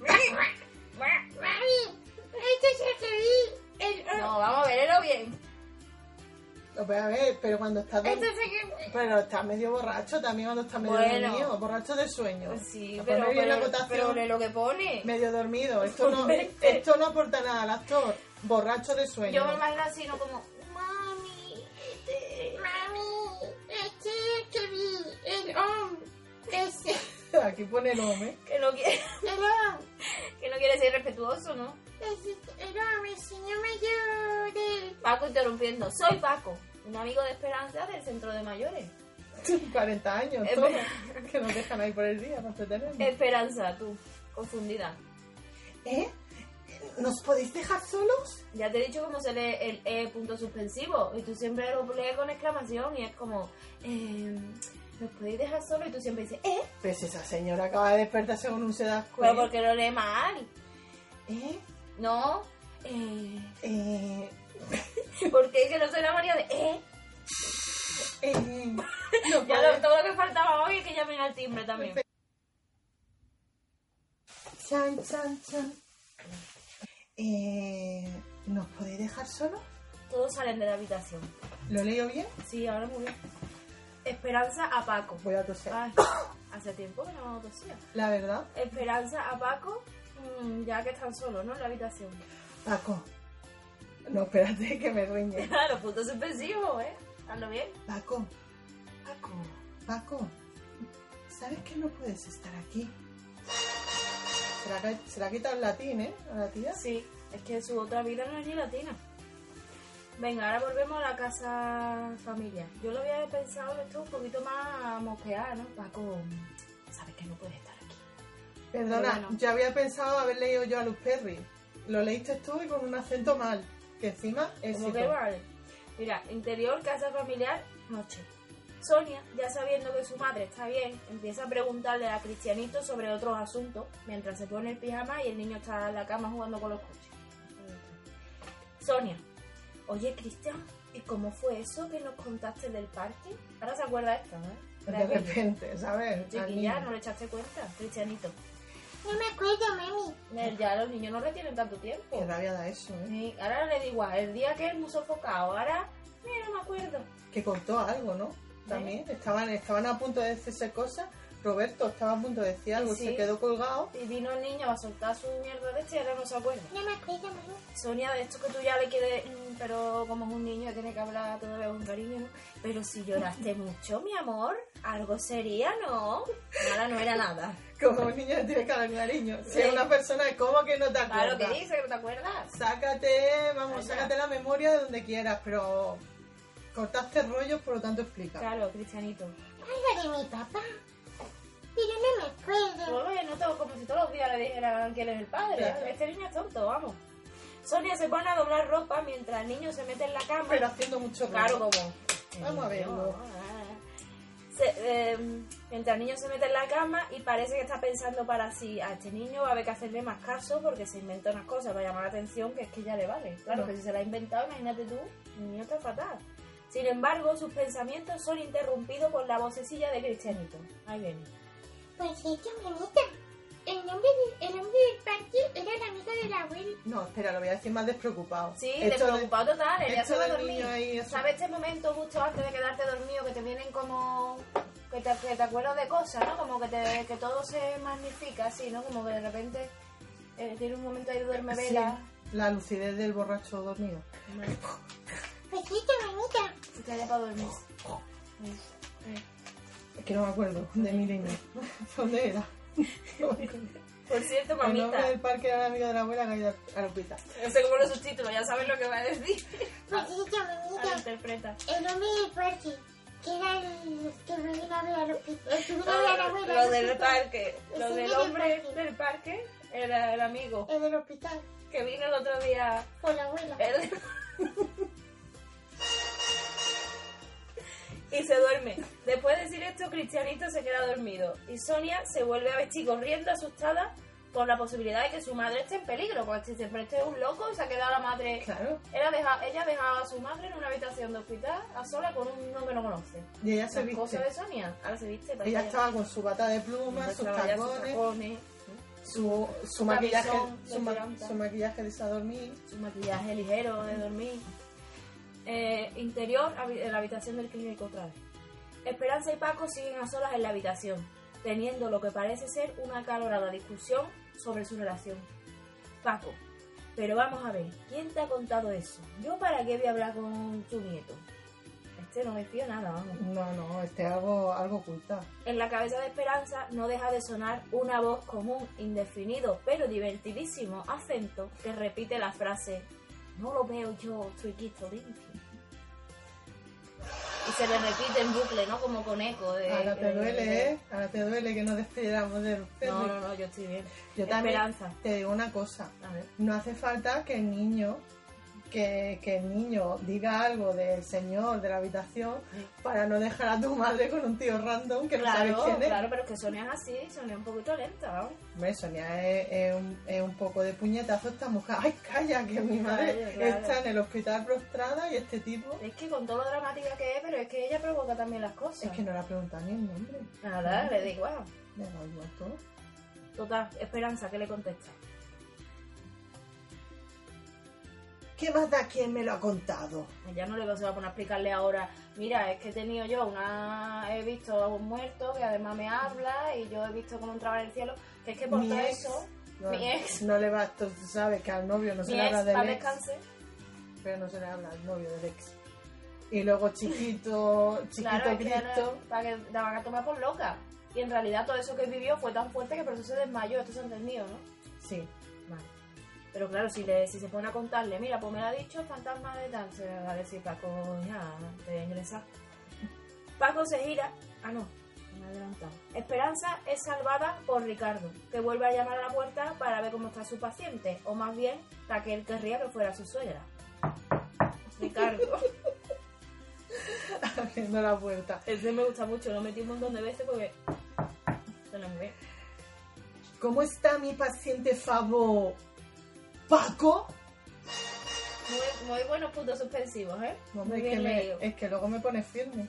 [SPEAKER 3] Mami, esto Este es el que vi. El, ah,
[SPEAKER 2] No, vamos a verlo bien.
[SPEAKER 1] Lo voy a ver, pero cuando está
[SPEAKER 2] Este
[SPEAKER 1] dormido.
[SPEAKER 3] esto este es el que
[SPEAKER 1] Pero está medio borracho también cuando está medio
[SPEAKER 2] Bueno.
[SPEAKER 1] dormido. Borracho de sueño.
[SPEAKER 2] Pues sí,
[SPEAKER 1] Para
[SPEAKER 2] pero,
[SPEAKER 1] poner bien la
[SPEAKER 2] pero,
[SPEAKER 1] acotación.
[SPEAKER 2] pero lee lo que pone.
[SPEAKER 1] Medio dormido. Esto no,
[SPEAKER 2] Vete.
[SPEAKER 1] esto no aporta nada al actor. Borracho de sueño.
[SPEAKER 2] Yo me imagino así, no como,
[SPEAKER 3] Mami, este- mami, este es el que vi. El hombre. Este,
[SPEAKER 1] Aquí pone el hombre.
[SPEAKER 2] que no quiere,
[SPEAKER 3] el hombre.
[SPEAKER 2] que no quiere ser respetuoso, ¿no?
[SPEAKER 3] Este, el hombre, el señor mayor del...
[SPEAKER 2] Paco interrumpiendo, soy Paco, un amigo de Esperanza del centro de mayores.
[SPEAKER 1] 40 años,
[SPEAKER 2] Eh,
[SPEAKER 1] todo.
[SPEAKER 2] pero-
[SPEAKER 1] Que nos dejan ahí por el día, no se tenemos.
[SPEAKER 2] Esperanza, tú, confundida.
[SPEAKER 1] ¿Eh? ¿Nos podéis dejar solos?
[SPEAKER 2] Ya te he dicho cómo se lee el E punto suspensivo y tú siempre lo lees con exclamación y es como, eh, ¿nos podéis dejar solo? Y tú siempre dices, ¿eh?
[SPEAKER 1] Pues esa señora acaba de despertarse con un sedasco.
[SPEAKER 2] Pero porque lo lee mal,
[SPEAKER 1] ¿Eh?
[SPEAKER 2] ¿no? Eh,
[SPEAKER 1] Eh,
[SPEAKER 2] porque es que no soy la María de, ¿eh?
[SPEAKER 1] eh, no
[SPEAKER 2] Ya
[SPEAKER 1] puede-
[SPEAKER 2] lo- todo lo que faltaba hoy es que llamen al timbre también.
[SPEAKER 1] Chan, chan, chan. Eh, ¿Nos podéis dejar solos?
[SPEAKER 2] Todos salen de la habitación.
[SPEAKER 1] ¿Lo leo bien?
[SPEAKER 2] Sí, ahora muy bien. Esperanza a Paco.
[SPEAKER 1] Voy a toser.
[SPEAKER 2] Ay, hace tiempo que no tosía.
[SPEAKER 1] La verdad,
[SPEAKER 2] Esperanza a Paco, mm, ya que están solos, ¿no? En la habitación.
[SPEAKER 1] Paco. No, espérate que me riñe.
[SPEAKER 2] Claro, punto suspensivo, ¿eh? Hazlo bien.
[SPEAKER 1] Paco, Paco, Paco, ¿sabes que no puedes estar aquí? Se la, ca- se la ha quitado el latín, ¿eh? A la tía.
[SPEAKER 2] Sí, es que su otra vida no es ni latina. Venga, ahora volvemos a la casa familiar. Yo lo había pensado esto un poquito más mosqueada, ¿no? Paco, sabes que no puedes estar aquí.
[SPEAKER 1] Perdona,
[SPEAKER 2] Pero bueno.
[SPEAKER 1] yo había pensado haber leído yo a Luz Perry. Lo leíste tú y con un acento mal. Que encima es.
[SPEAKER 2] Como que vale. Mira, interior, casa familiar, noche. Sonia, ya sabiendo que su madre está bien, empieza a preguntarle a Cristianito sobre otros asuntos mientras se pone el pijama y el niño está en la cama jugando con los coches. Sonia, oye Cristian, ¿y cómo fue eso que nos contaste del parque? Ahora se acuerda esta, ¿eh? Era
[SPEAKER 1] De
[SPEAKER 2] aquello.
[SPEAKER 1] repente, ¿sabes? Al
[SPEAKER 2] Chiquilla,
[SPEAKER 1] niño.
[SPEAKER 2] ¿no le echaste cuenta? Cristianito.
[SPEAKER 3] No me acuerdo, mami.
[SPEAKER 2] Nel, Ya los niños no retienen tanto tiempo.
[SPEAKER 1] Qué rabia da eso, ¿eh?
[SPEAKER 2] Sí, ahora le da igual, el día que es muy sofocado, ahora, mira, no me acuerdo.
[SPEAKER 1] Que contó algo, ¿no? También estaban, estaban a punto de decirse cosas. Roberto estaba a punto de decir algo,
[SPEAKER 2] Sí.
[SPEAKER 1] se quedó colgado.
[SPEAKER 2] Y vino el niño a soltar su mierda de este y ahora no se acuerda.
[SPEAKER 3] No me acuerdo, mami.
[SPEAKER 2] Sonia, de esto que tú ya le quieres, mm, pero como es un niño tiene que hablar todavía con cariño, ¿no? Pero si lloraste mucho, mi amor, algo sería, ¿no? Ahora no era nada.
[SPEAKER 1] Como un niño que tiene que hablar cariño. Si es
[SPEAKER 2] Sí.
[SPEAKER 1] una persona, ¿cómo que no te acuerdas?
[SPEAKER 2] Claro que dice, que no te acuerdas.
[SPEAKER 1] Sácate, vamos,
[SPEAKER 2] Allá.
[SPEAKER 1] sácate la memoria de donde quieras, pero cortaste rollos, por lo tanto explica.
[SPEAKER 2] Claro, Cristianito.
[SPEAKER 3] Algo de mi papá. Pero no me
[SPEAKER 2] Bueno,
[SPEAKER 3] acuerdo.
[SPEAKER 2] Pues, no tengo como si todos los días le dijeran que él es el padre.
[SPEAKER 1] Claro.
[SPEAKER 2] Este niño es tonto, vamos. Sonia se pone a doblar ropa mientras el niño se mete en la cama.
[SPEAKER 1] Pero haciendo mucho
[SPEAKER 2] Claro,
[SPEAKER 1] ruido.
[SPEAKER 2] como.
[SPEAKER 1] Vamos a verlo.
[SPEAKER 2] Se- eh, mientras el niño se mete en la cama y parece que está pensando para sí, a este niño va a haber que hacerle más caso porque se inventa unas cosas para llamar la atención que es que ya le vale. Claro,
[SPEAKER 1] No.
[SPEAKER 2] que si se la ha inventado, imagínate tú, el niño está fatal. Sin embargo, sus pensamientos son interrumpidos por la vocecilla de Cristianito. Ahí viene.
[SPEAKER 3] Pues sí, manita. El nombre, de- el nombre del parque era el amigo de la abuela.
[SPEAKER 1] No, espera, lo voy a decir más despreocupado.
[SPEAKER 2] Sí,
[SPEAKER 1] Esto de-
[SPEAKER 2] despreocupado total, él ya
[SPEAKER 1] esto
[SPEAKER 2] se va a
[SPEAKER 1] del
[SPEAKER 2] dormir.
[SPEAKER 1] niño ahí, eso-
[SPEAKER 2] ¿Sabes este momento justo antes de quedarte dormido que te vienen como... Que te, que te acuerdas de cosas, ¿no? Como que, te, que todo se magnifica así, ¿no? Como que de repente eh, tiene un momento ahí de duerme
[SPEAKER 1] sí,
[SPEAKER 2] vela.
[SPEAKER 1] la lucidez del borracho dormido.
[SPEAKER 3] Pues sí, manita.
[SPEAKER 2] Se te da para dormir. Mm, mm.
[SPEAKER 1] Es que no me acuerdo de mi niño. ¿Dónde era?
[SPEAKER 2] Por cierto,
[SPEAKER 1] El
[SPEAKER 2] mamita,
[SPEAKER 1] nombre del parque era la amiga de la abuela Gaida Arupita.
[SPEAKER 2] no sé cómo lo subtítulos, ya sabes lo que va a decir.
[SPEAKER 3] Pues sí,
[SPEAKER 2] Ahora
[SPEAKER 3] manita.
[SPEAKER 2] interpreta.
[SPEAKER 3] El nombre del parque. Que era el que me vino a ver a Lupita. El que vino a ver a la abuela.
[SPEAKER 2] ah, Lo del
[SPEAKER 3] Lupita.
[SPEAKER 2] parque, lo del
[SPEAKER 3] Sí, del
[SPEAKER 2] hombre
[SPEAKER 3] parque.
[SPEAKER 2] del parque era el amigo
[SPEAKER 3] El del hospital.
[SPEAKER 2] que vino el otro día
[SPEAKER 3] Con la abuela.
[SPEAKER 2] Él- y se duerme. Después de decir esto, Cristianito se queda dormido. Y Sonia se vuelve a vestir corriendo, asustada, por la posibilidad de que su madre esté en peligro. Porque si siempre esté un loco y se ha quedado la madre.
[SPEAKER 1] Claro.
[SPEAKER 2] Era deja- ella dejaba a su madre en una habitación de hospital a sola con un no que no conoce.
[SPEAKER 1] Y ella se
[SPEAKER 2] Las cosas
[SPEAKER 1] viste.
[SPEAKER 2] de Sonia. Ahora se viste.
[SPEAKER 1] Ella
[SPEAKER 2] también.
[SPEAKER 1] estaba con su bata de pluma,
[SPEAKER 2] Entonces,
[SPEAKER 1] sus
[SPEAKER 2] estaba ya sus
[SPEAKER 1] tacones,
[SPEAKER 2] tacones,
[SPEAKER 1] su, su maquillaje,
[SPEAKER 2] camisón,
[SPEAKER 1] su, ma-
[SPEAKER 2] desodorante.
[SPEAKER 1] su maquillaje de Sadormir.
[SPEAKER 2] su maquillaje ligero de dormir. Eh, interior, habi- en la habitación del clínico otra vez. Esperanza y Paco siguen a solas en la habitación, teniendo lo que parece ser una acalorada discusión sobre su relación. Paco, pero vamos a ver, ¿quién te ha contado eso? ¿Yo para qué voy a hablar con tu nieto? Este no me fío nada, vamos.
[SPEAKER 1] No, no, este algo, algo oculta.
[SPEAKER 2] En la cabeza de Esperanza no deja de sonar una voz común, indefinido, pero divertidísimo acento que repite la frase No lo veo yo, truquito limpio. Y se le repite en bucle, ¿no? Como con eco. De,
[SPEAKER 1] Ahora Ah, te
[SPEAKER 2] eh,
[SPEAKER 1] duele, ¿eh? Ahora te duele que nos despidiéramos de usted.
[SPEAKER 2] No, no, no, yo estoy bien.
[SPEAKER 1] Yo también
[SPEAKER 2] Esperanza.
[SPEAKER 1] te digo una cosa.
[SPEAKER 2] A ver.
[SPEAKER 1] No hace falta que el niño, que, que el niño diga algo del señor de la habitación para no dejar a tu madre con un tío random que no
[SPEAKER 2] Claro,
[SPEAKER 1] sabes quién es.
[SPEAKER 2] claro, pero es que Sonia es así, Sonia es un poquito lenta, vamos.
[SPEAKER 1] Hombre, Sonia es, es un, es un poco de puñetazo esta mujer. ¡Ay, calla! Que mi madre
[SPEAKER 2] Claro, claro.
[SPEAKER 1] está en el hospital prostrada y este tipo...
[SPEAKER 2] Es que con todo lo dramática que es, pero es que ella provoca también las cosas.
[SPEAKER 1] Es que no le ha preguntado ni el nombre.
[SPEAKER 2] Nada, le da igual.
[SPEAKER 1] Me da igual todo.
[SPEAKER 2] Total, Esperanza, ¿qué le contesta?
[SPEAKER 1] ¿Qué más da quién me lo ha contado?
[SPEAKER 2] Ya no le veo, se va a poner a explicarle ahora, mira, es que he tenido yo una... He visto a un muerto que además me habla y yo he visto cómo entraba en el cielo. Que es que por
[SPEAKER 1] Mi
[SPEAKER 2] todo
[SPEAKER 1] ex.
[SPEAKER 2] eso,
[SPEAKER 1] No,
[SPEAKER 2] Mi ex.
[SPEAKER 1] No le va, tú sabes que al novio no se
[SPEAKER 2] mi
[SPEAKER 1] le
[SPEAKER 2] ex,
[SPEAKER 1] habla
[SPEAKER 2] para
[SPEAKER 1] del ex,
[SPEAKER 2] descanse,
[SPEAKER 1] pero no se le habla al novio del ex. Y luego chiquito, chiquito
[SPEAKER 2] claro, es que era-
[SPEAKER 1] Cristo.
[SPEAKER 2] para que la van a tomar por loca. Y en realidad todo eso que vivió fue tan fuerte que por eso se desmayó, esto se ha entendido, ¿no?
[SPEAKER 1] Sí, vale.
[SPEAKER 2] Pero claro, si, le, si se pone a contarle, mira, pues me lo ha dicho el fantasma de tal, se va a decir Paco, ya, te voy a ingresar. Paco se gira. Ah, no, me he adelantado. Esperanza es salvada por Ricardo, que vuelve a llamar a la puerta para ver cómo está su paciente, o más bien, Raquel querría que fuera su suegra. Ricardo.
[SPEAKER 1] Abriendo la puerta.
[SPEAKER 2] Ese me gusta mucho, lo metí un montón de veces porque. Suena muy bien.
[SPEAKER 1] ¿Cómo está mi paciente Fabo? ¿Paco?
[SPEAKER 2] Muy, muy buenos puntos suspensivos, ¿eh?
[SPEAKER 1] Hombre,
[SPEAKER 2] muy
[SPEAKER 1] es, que
[SPEAKER 2] bien
[SPEAKER 1] me-
[SPEAKER 2] leído.
[SPEAKER 1] es que luego me pone firme.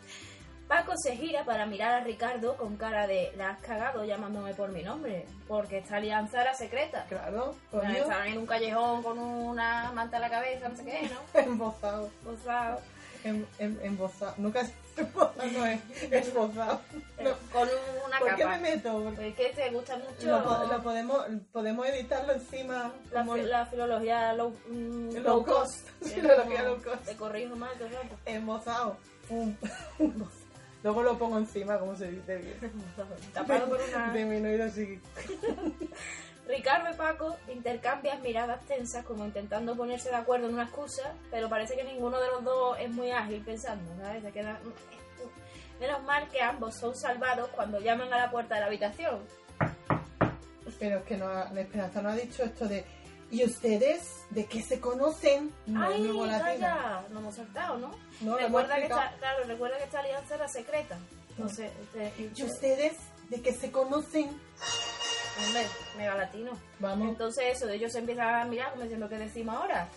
[SPEAKER 2] Paco se gira para mirar a Ricardo con cara de la has cagado llamándome por mi nombre, porque esta alianza era secreta.
[SPEAKER 1] Claro,
[SPEAKER 2] Bueno,
[SPEAKER 1] coño,
[SPEAKER 2] Estaban en un callejón con una manta a la cabeza, no sé qué, ¿no? Pues,
[SPEAKER 1] embozado.
[SPEAKER 2] O sea,
[SPEAKER 1] em- em- embozado. Nunca es embozado, no es embozado. No.
[SPEAKER 2] Eh, con un- una
[SPEAKER 1] ¿Por qué
[SPEAKER 2] capa.
[SPEAKER 1] me meto? Porque
[SPEAKER 2] Porque es que te gusta mucho
[SPEAKER 1] lo, po- lo podemos, podemos editarlo encima.
[SPEAKER 2] la,
[SPEAKER 1] como
[SPEAKER 2] fi- la filología low, mm,
[SPEAKER 1] Low
[SPEAKER 2] low
[SPEAKER 1] cost.
[SPEAKER 2] cost. Es
[SPEAKER 1] Filología
[SPEAKER 2] como-
[SPEAKER 1] low cost.
[SPEAKER 2] Te corrijo mal todo el rato.
[SPEAKER 1] embozado. Un- un- Luego lo pongo encima, como se dice bien.
[SPEAKER 2] Tapado por una...
[SPEAKER 1] Disminuido así.
[SPEAKER 2] Ricardo y Paco intercambian miradas tensas como intentando ponerse de acuerdo en una excusa, pero parece que ninguno de los dos es muy ágil pensando, ¿sabes? Se quedan... "Mm, Menos mal que ambos son salvados cuando llaman a la puerta de la habitación.
[SPEAKER 1] Pero es que no ha, Esperanza no ha dicho esto de. ¿Y ustedes de qué se conocen? No es
[SPEAKER 2] ¡Ay,
[SPEAKER 1] nuevo latino.
[SPEAKER 2] calla! Nos hemos saltado, ¿no?
[SPEAKER 1] No, lo
[SPEAKER 2] recuerda,
[SPEAKER 1] hemos
[SPEAKER 2] que
[SPEAKER 1] explicado.
[SPEAKER 2] esta, claro, recuerda que esta alianza era secreta. Entonces, este,
[SPEAKER 1] ¿Y ustedes de qué se conocen?
[SPEAKER 2] hombre, mega latino.
[SPEAKER 1] Vamos.
[SPEAKER 2] Entonces eso, ellos se empiezan a mirar como diciendo, ¿qué decimos ahora?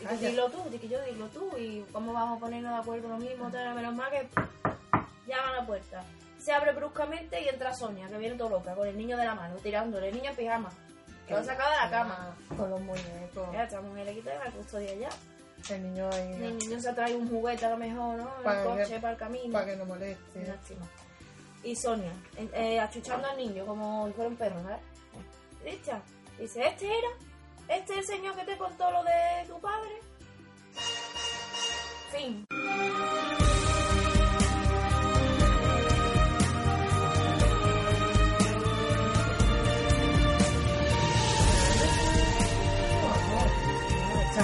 [SPEAKER 2] Y tú,
[SPEAKER 1] Calla.
[SPEAKER 2] dilo tú, di que yo dilo tú, y cómo vamos a ponernos de acuerdo lo mismo, tal, menos mal que llama a la puerta. Se abre bruscamente y entra Sonia, que viene todo loca, con el niño de la mano, tirándole, el niño en pijama. Que lo ha sacado de la cama.
[SPEAKER 1] Ah, Con los muñecos.
[SPEAKER 2] Ya, esta mujer le quita la custodia ya.
[SPEAKER 1] El niño
[SPEAKER 2] Y El
[SPEAKER 1] ahí.
[SPEAKER 2] niño se trae un juguete a lo mejor, ¿no? En
[SPEAKER 1] Para
[SPEAKER 2] el
[SPEAKER 1] que-
[SPEAKER 2] coche, para el camino.
[SPEAKER 1] Para que no moleste.
[SPEAKER 2] Lástima. Y Sonia, en- eh, achuchando al niño como si fuera un perro, ¿sabes? Dicha, dice, ¿este era? ¿Este es el señor que te contó lo de tu padre? Fin.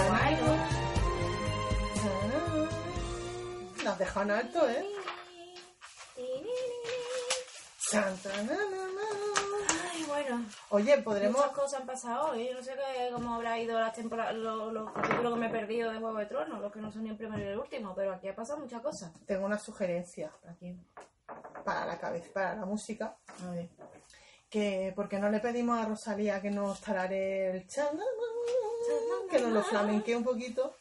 [SPEAKER 2] Guay, ¿no?
[SPEAKER 1] Nos dejó en alto, ¿eh? Chan, chan, na, na, na.
[SPEAKER 2] Ay, bueno.
[SPEAKER 1] Oye, podremos.
[SPEAKER 2] Muchas cosas han pasado hoy. Yo no sé qué- cómo habrá ido las temporadas, los, los capítulos que me he perdido de Juego de Tronos, los que no son ni el primero ni el último, pero aquí ha pasado muchas cosas.
[SPEAKER 1] Tengo una sugerencia
[SPEAKER 2] Aquí.
[SPEAKER 1] para la cabeza, para la música.
[SPEAKER 2] A ver.
[SPEAKER 1] Que porque no le pedimos a Rosalía que nos tarare el chan, na, na, na, que nos lo flamenquee un poquito.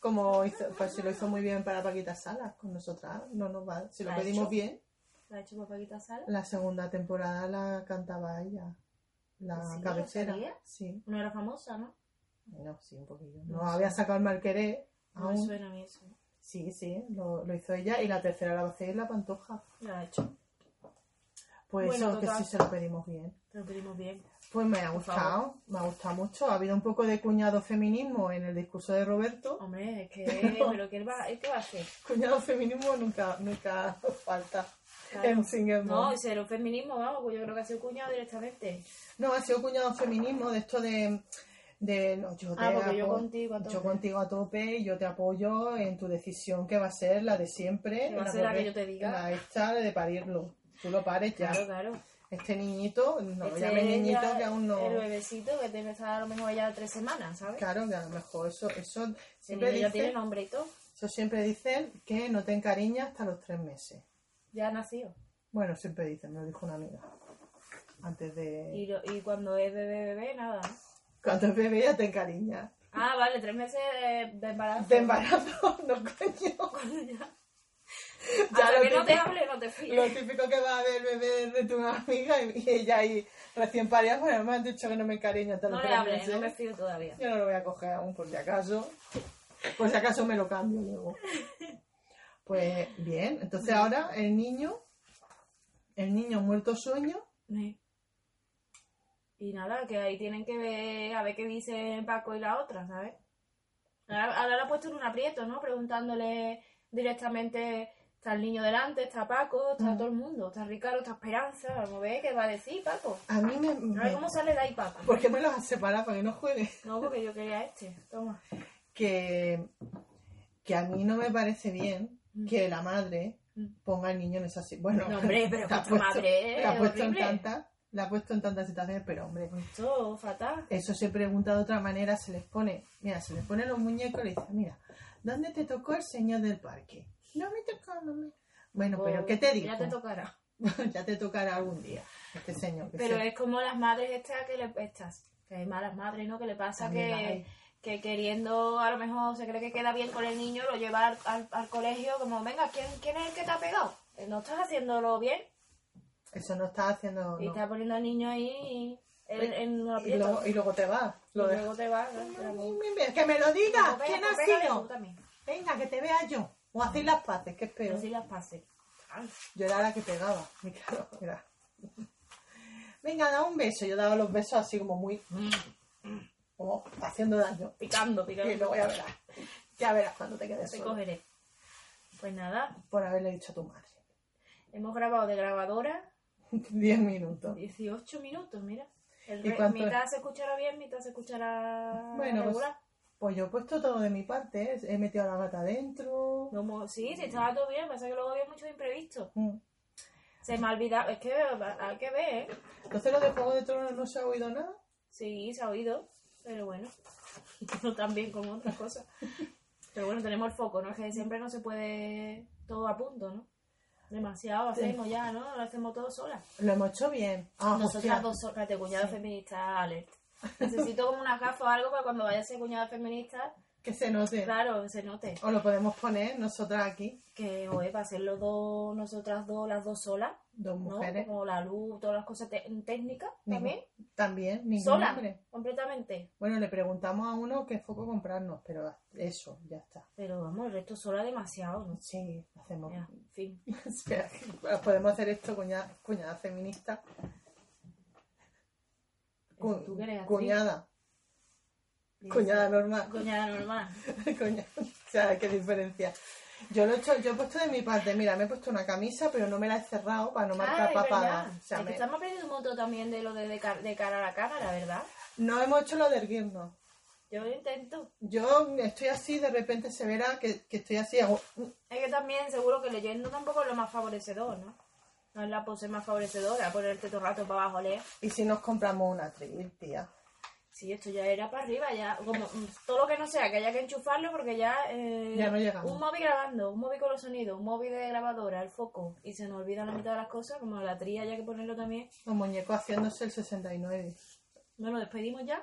[SPEAKER 1] Como hizo, pues si lo hizo muy bien para Paquita Salas con nosotras, no nos va. Si lo
[SPEAKER 2] ¿La ha
[SPEAKER 1] pedimos
[SPEAKER 2] hecho?
[SPEAKER 1] bien,
[SPEAKER 2] ¿La ha hecho papaguita Sala?
[SPEAKER 1] la segunda temporada la cantaba ella, la
[SPEAKER 2] ¿Sí,
[SPEAKER 1] cabecera.
[SPEAKER 2] Rosalía?
[SPEAKER 1] Sí,
[SPEAKER 2] No era famosa, ¿no?
[SPEAKER 1] no, sí, un poquillo.
[SPEAKER 2] No
[SPEAKER 1] No,
[SPEAKER 2] sé.
[SPEAKER 1] había sacado el mal querer.
[SPEAKER 2] No me
[SPEAKER 1] aún.
[SPEAKER 2] suena a mí eso.
[SPEAKER 1] Sí, sí, lo, lo hizo ella y la tercera la va a hacer la pantoja.
[SPEAKER 2] La ha hecho.
[SPEAKER 1] Pues
[SPEAKER 2] Bueno,
[SPEAKER 1] eso, que
[SPEAKER 2] total.
[SPEAKER 1] sí se lo pedimos bien.
[SPEAKER 2] Te lo pedimos bien.
[SPEAKER 1] Pues me ha
[SPEAKER 2] Por
[SPEAKER 1] gustado, me ha gustado mucho. Ha habido un poco de cuñado feminismo en el discurso de Roberto.
[SPEAKER 2] Hombre, es que. ¿Pero qué él va, él qué va a hacer?
[SPEAKER 1] Cuñado feminismo nunca, nunca falta
[SPEAKER 2] Claro.
[SPEAKER 1] en Single
[SPEAKER 2] No,
[SPEAKER 1] Mom.
[SPEAKER 2] cero feminismo, vamos, pues yo creo que ha sido cuñado directamente.
[SPEAKER 1] No, ha sido cuñado feminismo de esto de. de no, yo te
[SPEAKER 2] Ah, porque yo
[SPEAKER 1] apo-
[SPEAKER 2] contigo,
[SPEAKER 1] Yo
[SPEAKER 2] entonces.
[SPEAKER 1] contigo a tope y yo te apoyo en tu decisión que va a ser la de siempre.
[SPEAKER 2] Que va a
[SPEAKER 1] la
[SPEAKER 2] ser la que
[SPEAKER 1] corre-
[SPEAKER 2] yo te diga.
[SPEAKER 1] La esta de parirlo. Tú lo pares ya.
[SPEAKER 2] Claro, claro.
[SPEAKER 1] Este niñito, no lo
[SPEAKER 2] Este
[SPEAKER 1] llame niñito
[SPEAKER 2] ya
[SPEAKER 1] que aún no.
[SPEAKER 2] El bebecito que tiene que estar a lo mejor ya tres semanas, ¿sabes?
[SPEAKER 1] Claro, que a lo mejor eso, eso
[SPEAKER 2] El
[SPEAKER 1] siempre
[SPEAKER 2] niño ya
[SPEAKER 1] dicen,
[SPEAKER 2] tiene nombre y todo.
[SPEAKER 1] eso siempre dicen que no te encariñas hasta los tres meses.
[SPEAKER 2] Ya ha nacido.
[SPEAKER 1] Bueno, siempre dicen, me lo dijo una amiga. Antes de.
[SPEAKER 2] Y, lo- y cuando es bebé, bebé, nada. ¿no?
[SPEAKER 1] Cuando es bebé ya te encariñas.
[SPEAKER 2] Ah, vale, tres meses de, de embarazo.
[SPEAKER 1] De embarazo, no coño.
[SPEAKER 2] Cuando ya-
[SPEAKER 1] Ya
[SPEAKER 2] Hasta
[SPEAKER 1] lo
[SPEAKER 2] que
[SPEAKER 1] digo.
[SPEAKER 2] no te hable, no no te fíes.
[SPEAKER 1] Lo típico que va a ver el bebé de tu amiga y, y ella ahí recién parida, bueno, me han dicho que no me encariño tal
[SPEAKER 2] No
[SPEAKER 1] pero
[SPEAKER 2] le hables,
[SPEAKER 1] sé.
[SPEAKER 2] no me fío todavía.
[SPEAKER 1] Yo no lo voy a coger aún por si acaso. Por si acaso me lo cambio luego. Pues bien, entonces ahora el niño, el niño muerto sueño,
[SPEAKER 2] Y nada, que ahí tienen que ver a ver qué dice Paco y la otra, ¿sabes? Ahora, ahora la ha puesto en un aprieto, ¿no? Preguntándole directamente, está el niño delante, está Paco, está
[SPEAKER 1] Mm.
[SPEAKER 2] todo el mundo, está Ricardo, está Esperanza, vamos a ver qué va a decir Paco.
[SPEAKER 1] a mí me...
[SPEAKER 2] A ver
[SPEAKER 1] me-
[SPEAKER 2] cómo sale de ahí Paco.
[SPEAKER 1] ¿Por qué me los has separado para que no juegue?
[SPEAKER 2] No, porque yo quería este, toma.
[SPEAKER 1] Que, que a mí no me parece bien que la madre ponga al niño en esa situación. Bueno,
[SPEAKER 2] Mm. No, hombre, pero
[SPEAKER 1] la ha
[SPEAKER 2] tu
[SPEAKER 1] puesto-
[SPEAKER 2] madre es
[SPEAKER 1] la ha puesto en
[SPEAKER 2] horrible.
[SPEAKER 1] tanta, la ha puesto en tantas situaciones, pero hombre,
[SPEAKER 2] Esto, Pues fatal.
[SPEAKER 1] Eso se pregunta de otra manera, se les pone, mira, se les pone los muñecos y le dice, mira, ¿dónde te tocó el señor del parque? No me tocó, no me... Bueno, pero
[SPEAKER 2] O-
[SPEAKER 1] ¿qué te digo?
[SPEAKER 2] Pues, Ya te tocará.
[SPEAKER 1] ya te tocará algún día este señor. que
[SPEAKER 2] Pero
[SPEAKER 1] se-
[SPEAKER 2] es como las madres estas que le estas, que hay malas madres, ¿no? Que le pasa
[SPEAKER 1] También las
[SPEAKER 2] que,
[SPEAKER 1] hay.
[SPEAKER 2] que queriendo, a lo mejor se cree que queda bien con el niño, lo lleva al, al- al colegio, como, venga, ¿quién, ¿quién es el que te ha pegado? Eh, No estás haciéndolo bien
[SPEAKER 1] Eso no está haciendo...
[SPEAKER 2] y
[SPEAKER 1] no.
[SPEAKER 2] estás poniendo al niño ahí en, en un
[SPEAKER 1] Y, luego,
[SPEAKER 2] aprieto.
[SPEAKER 1] y luego te vas.
[SPEAKER 2] Y
[SPEAKER 1] Lo
[SPEAKER 2] luego te vas. ¿no?
[SPEAKER 1] dejas.
[SPEAKER 2] Pero-
[SPEAKER 1] Que me lo digas,
[SPEAKER 2] Pues
[SPEAKER 1] ¿quién
[SPEAKER 2] pega-
[SPEAKER 1] ha
[SPEAKER 2] pues pégale tú
[SPEAKER 1] sido?
[SPEAKER 2] también.
[SPEAKER 1] Venga, que te vea yo. O hacéis las paces, que es
[SPEAKER 2] Pero
[SPEAKER 1] peor.
[SPEAKER 2] sí las pases. Ay,
[SPEAKER 1] Yo era la que pegaba, me cago, mira. Venga, da un beso. Yo daba los besos así como muy... Como haciendo daño.
[SPEAKER 2] mm, Picando,
[SPEAKER 1] Y
[SPEAKER 2] picando.
[SPEAKER 1] luego ya verás. Ya verás cuando te quedes
[SPEAKER 2] Te
[SPEAKER 1] solo.
[SPEAKER 2] cogeré. Pues nada,
[SPEAKER 1] Por haberle dicho a tu madre.
[SPEAKER 2] hemos grabado de grabadora.
[SPEAKER 1] Diez minutos.
[SPEAKER 2] 18 minutos, mira. El
[SPEAKER 1] ¿Y
[SPEAKER 2] re-
[SPEAKER 1] cuánto
[SPEAKER 2] mitad se escuchará bien, mitad se escuchará
[SPEAKER 1] Bueno, pues,
[SPEAKER 2] regular.
[SPEAKER 1] Pues yo he puesto todo de mi parte. ¿eh? He metido la gata dentro.
[SPEAKER 2] No, mo- sí, sí, estaba todo bien, pasa que luego había muchos imprevistos.
[SPEAKER 1] Mm.
[SPEAKER 2] Se me ha olvidado, es que va- hay que ver, ¿eh?
[SPEAKER 1] Entonces lo de Juego de Tronos no se ha oído nada.
[SPEAKER 2] Sí, se ha oído, pero bueno, no tan bien como otras cosas. Pero bueno, tenemos el foco, ¿no? Es que siempre no se puede todo a punto, ¿no? Demasiado hacemos ya, ¿no? Lo hacemos todo sola.
[SPEAKER 1] Lo hemos hecho bien. Ah,
[SPEAKER 2] Nosotras
[SPEAKER 1] hostia.
[SPEAKER 2] dos solas, espérate, cuñada feminista, alert. Necesito como una gafa o algo para cuando vaya a ser cuñada feminista,
[SPEAKER 1] Que se note.
[SPEAKER 2] claro, se note.
[SPEAKER 1] O lo podemos poner nosotras aquí.
[SPEAKER 2] que oye, para hacer los dos, nosotras dos, las dos solas,
[SPEAKER 1] Dos
[SPEAKER 2] ¿no?
[SPEAKER 1] mujeres.
[SPEAKER 2] Como la luz, todas las cosas te- técnicas también,
[SPEAKER 1] También, ningún
[SPEAKER 2] sola,
[SPEAKER 1] hombre.
[SPEAKER 2] completamente.
[SPEAKER 1] Bueno, le preguntamos a uno qué foco comprarnos, pero eso, ya está.
[SPEAKER 2] Pero vamos, el resto sola demasiado, ¿no?
[SPEAKER 1] Sí, hacemos.
[SPEAKER 2] Ya, en fin.
[SPEAKER 1] Espera, bueno, podemos hacer esto, cuñada, cuñada feminista. Cu-
[SPEAKER 2] Eh, ¿Tú qué eres, actriz?
[SPEAKER 1] cuñada, cuñada normal.
[SPEAKER 2] Cuñada normal.
[SPEAKER 1] Cuña- O sea, qué diferencia. Yo lo he hecho, yo he puesto de mi parte, mira, me he puesto una camisa, pero no me la he cerrado para no marcar
[SPEAKER 2] Ah, es
[SPEAKER 1] papada.
[SPEAKER 2] verdad.
[SPEAKER 1] O sea,
[SPEAKER 2] Es que
[SPEAKER 1] me-
[SPEAKER 2] estamos aprendiendo un montón también de lo de, de, ca- de cara a la cara, la verdad.
[SPEAKER 1] No hemos hecho lo del guirno.
[SPEAKER 2] Yo lo intento.
[SPEAKER 1] Yo estoy así, de repente se verá que, que estoy así, hago-
[SPEAKER 2] Es que también seguro que leyendo tampoco es lo más favorecedor, ¿no? No es la pose más favorecedora, ponerte todo el rato para abajo a leer.
[SPEAKER 1] y si nos compramos una tril, tía.
[SPEAKER 2] Sí, esto ya era para arriba, ya como mm, todo lo que no sea, que haya que enchufarlo porque ya... eh,
[SPEAKER 1] Ya no llegamos.
[SPEAKER 2] Un móvil grabando, un móvil con los sonidos, un móvil de grabadora, el foco, y se nos olvida la mitad de las cosas, como la trilla ya que ponerlo también.
[SPEAKER 1] Los muñecos haciéndose el 69.
[SPEAKER 2] No nos despedimos ya.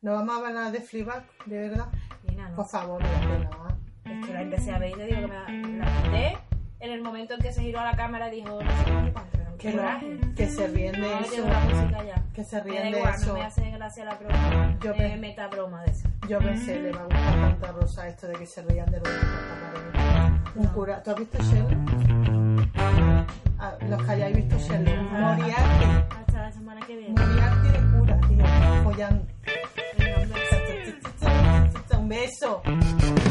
[SPEAKER 1] No vamos a hablar de Fleabag, de verdad.
[SPEAKER 2] Y nada, no.
[SPEAKER 1] Por favor, no hagas nada.
[SPEAKER 2] es que la empecé a ver y te digo que me la, la quité en el momento en que se giró a la cámara y dijo, no sé qué, cuánto, era un
[SPEAKER 1] que, no-
[SPEAKER 2] coraje.
[SPEAKER 1] que se ríen de
[SPEAKER 2] No,
[SPEAKER 1] eso.
[SPEAKER 2] tengo la música ya.
[SPEAKER 1] Que se
[SPEAKER 2] Me da
[SPEAKER 1] ríen de
[SPEAKER 2] igual,
[SPEAKER 1] eso.
[SPEAKER 2] no me hace gracia la broma,
[SPEAKER 1] Yo
[SPEAKER 2] eh,
[SPEAKER 1] pe-
[SPEAKER 2] meta broma de esa.
[SPEAKER 1] Yo pensé, le va a gustar tanta rosa esto de que se rían de los Un
[SPEAKER 2] No.
[SPEAKER 1] cura. ¿Tú has visto Sherlock? Ah, los que hayáis visto Sherlock. Moriarty.
[SPEAKER 2] Hasta la semana que viene.
[SPEAKER 1] Moriarty de cura, tío. Follando.
[SPEAKER 2] Venga, un beso.
[SPEAKER 1] Un beso.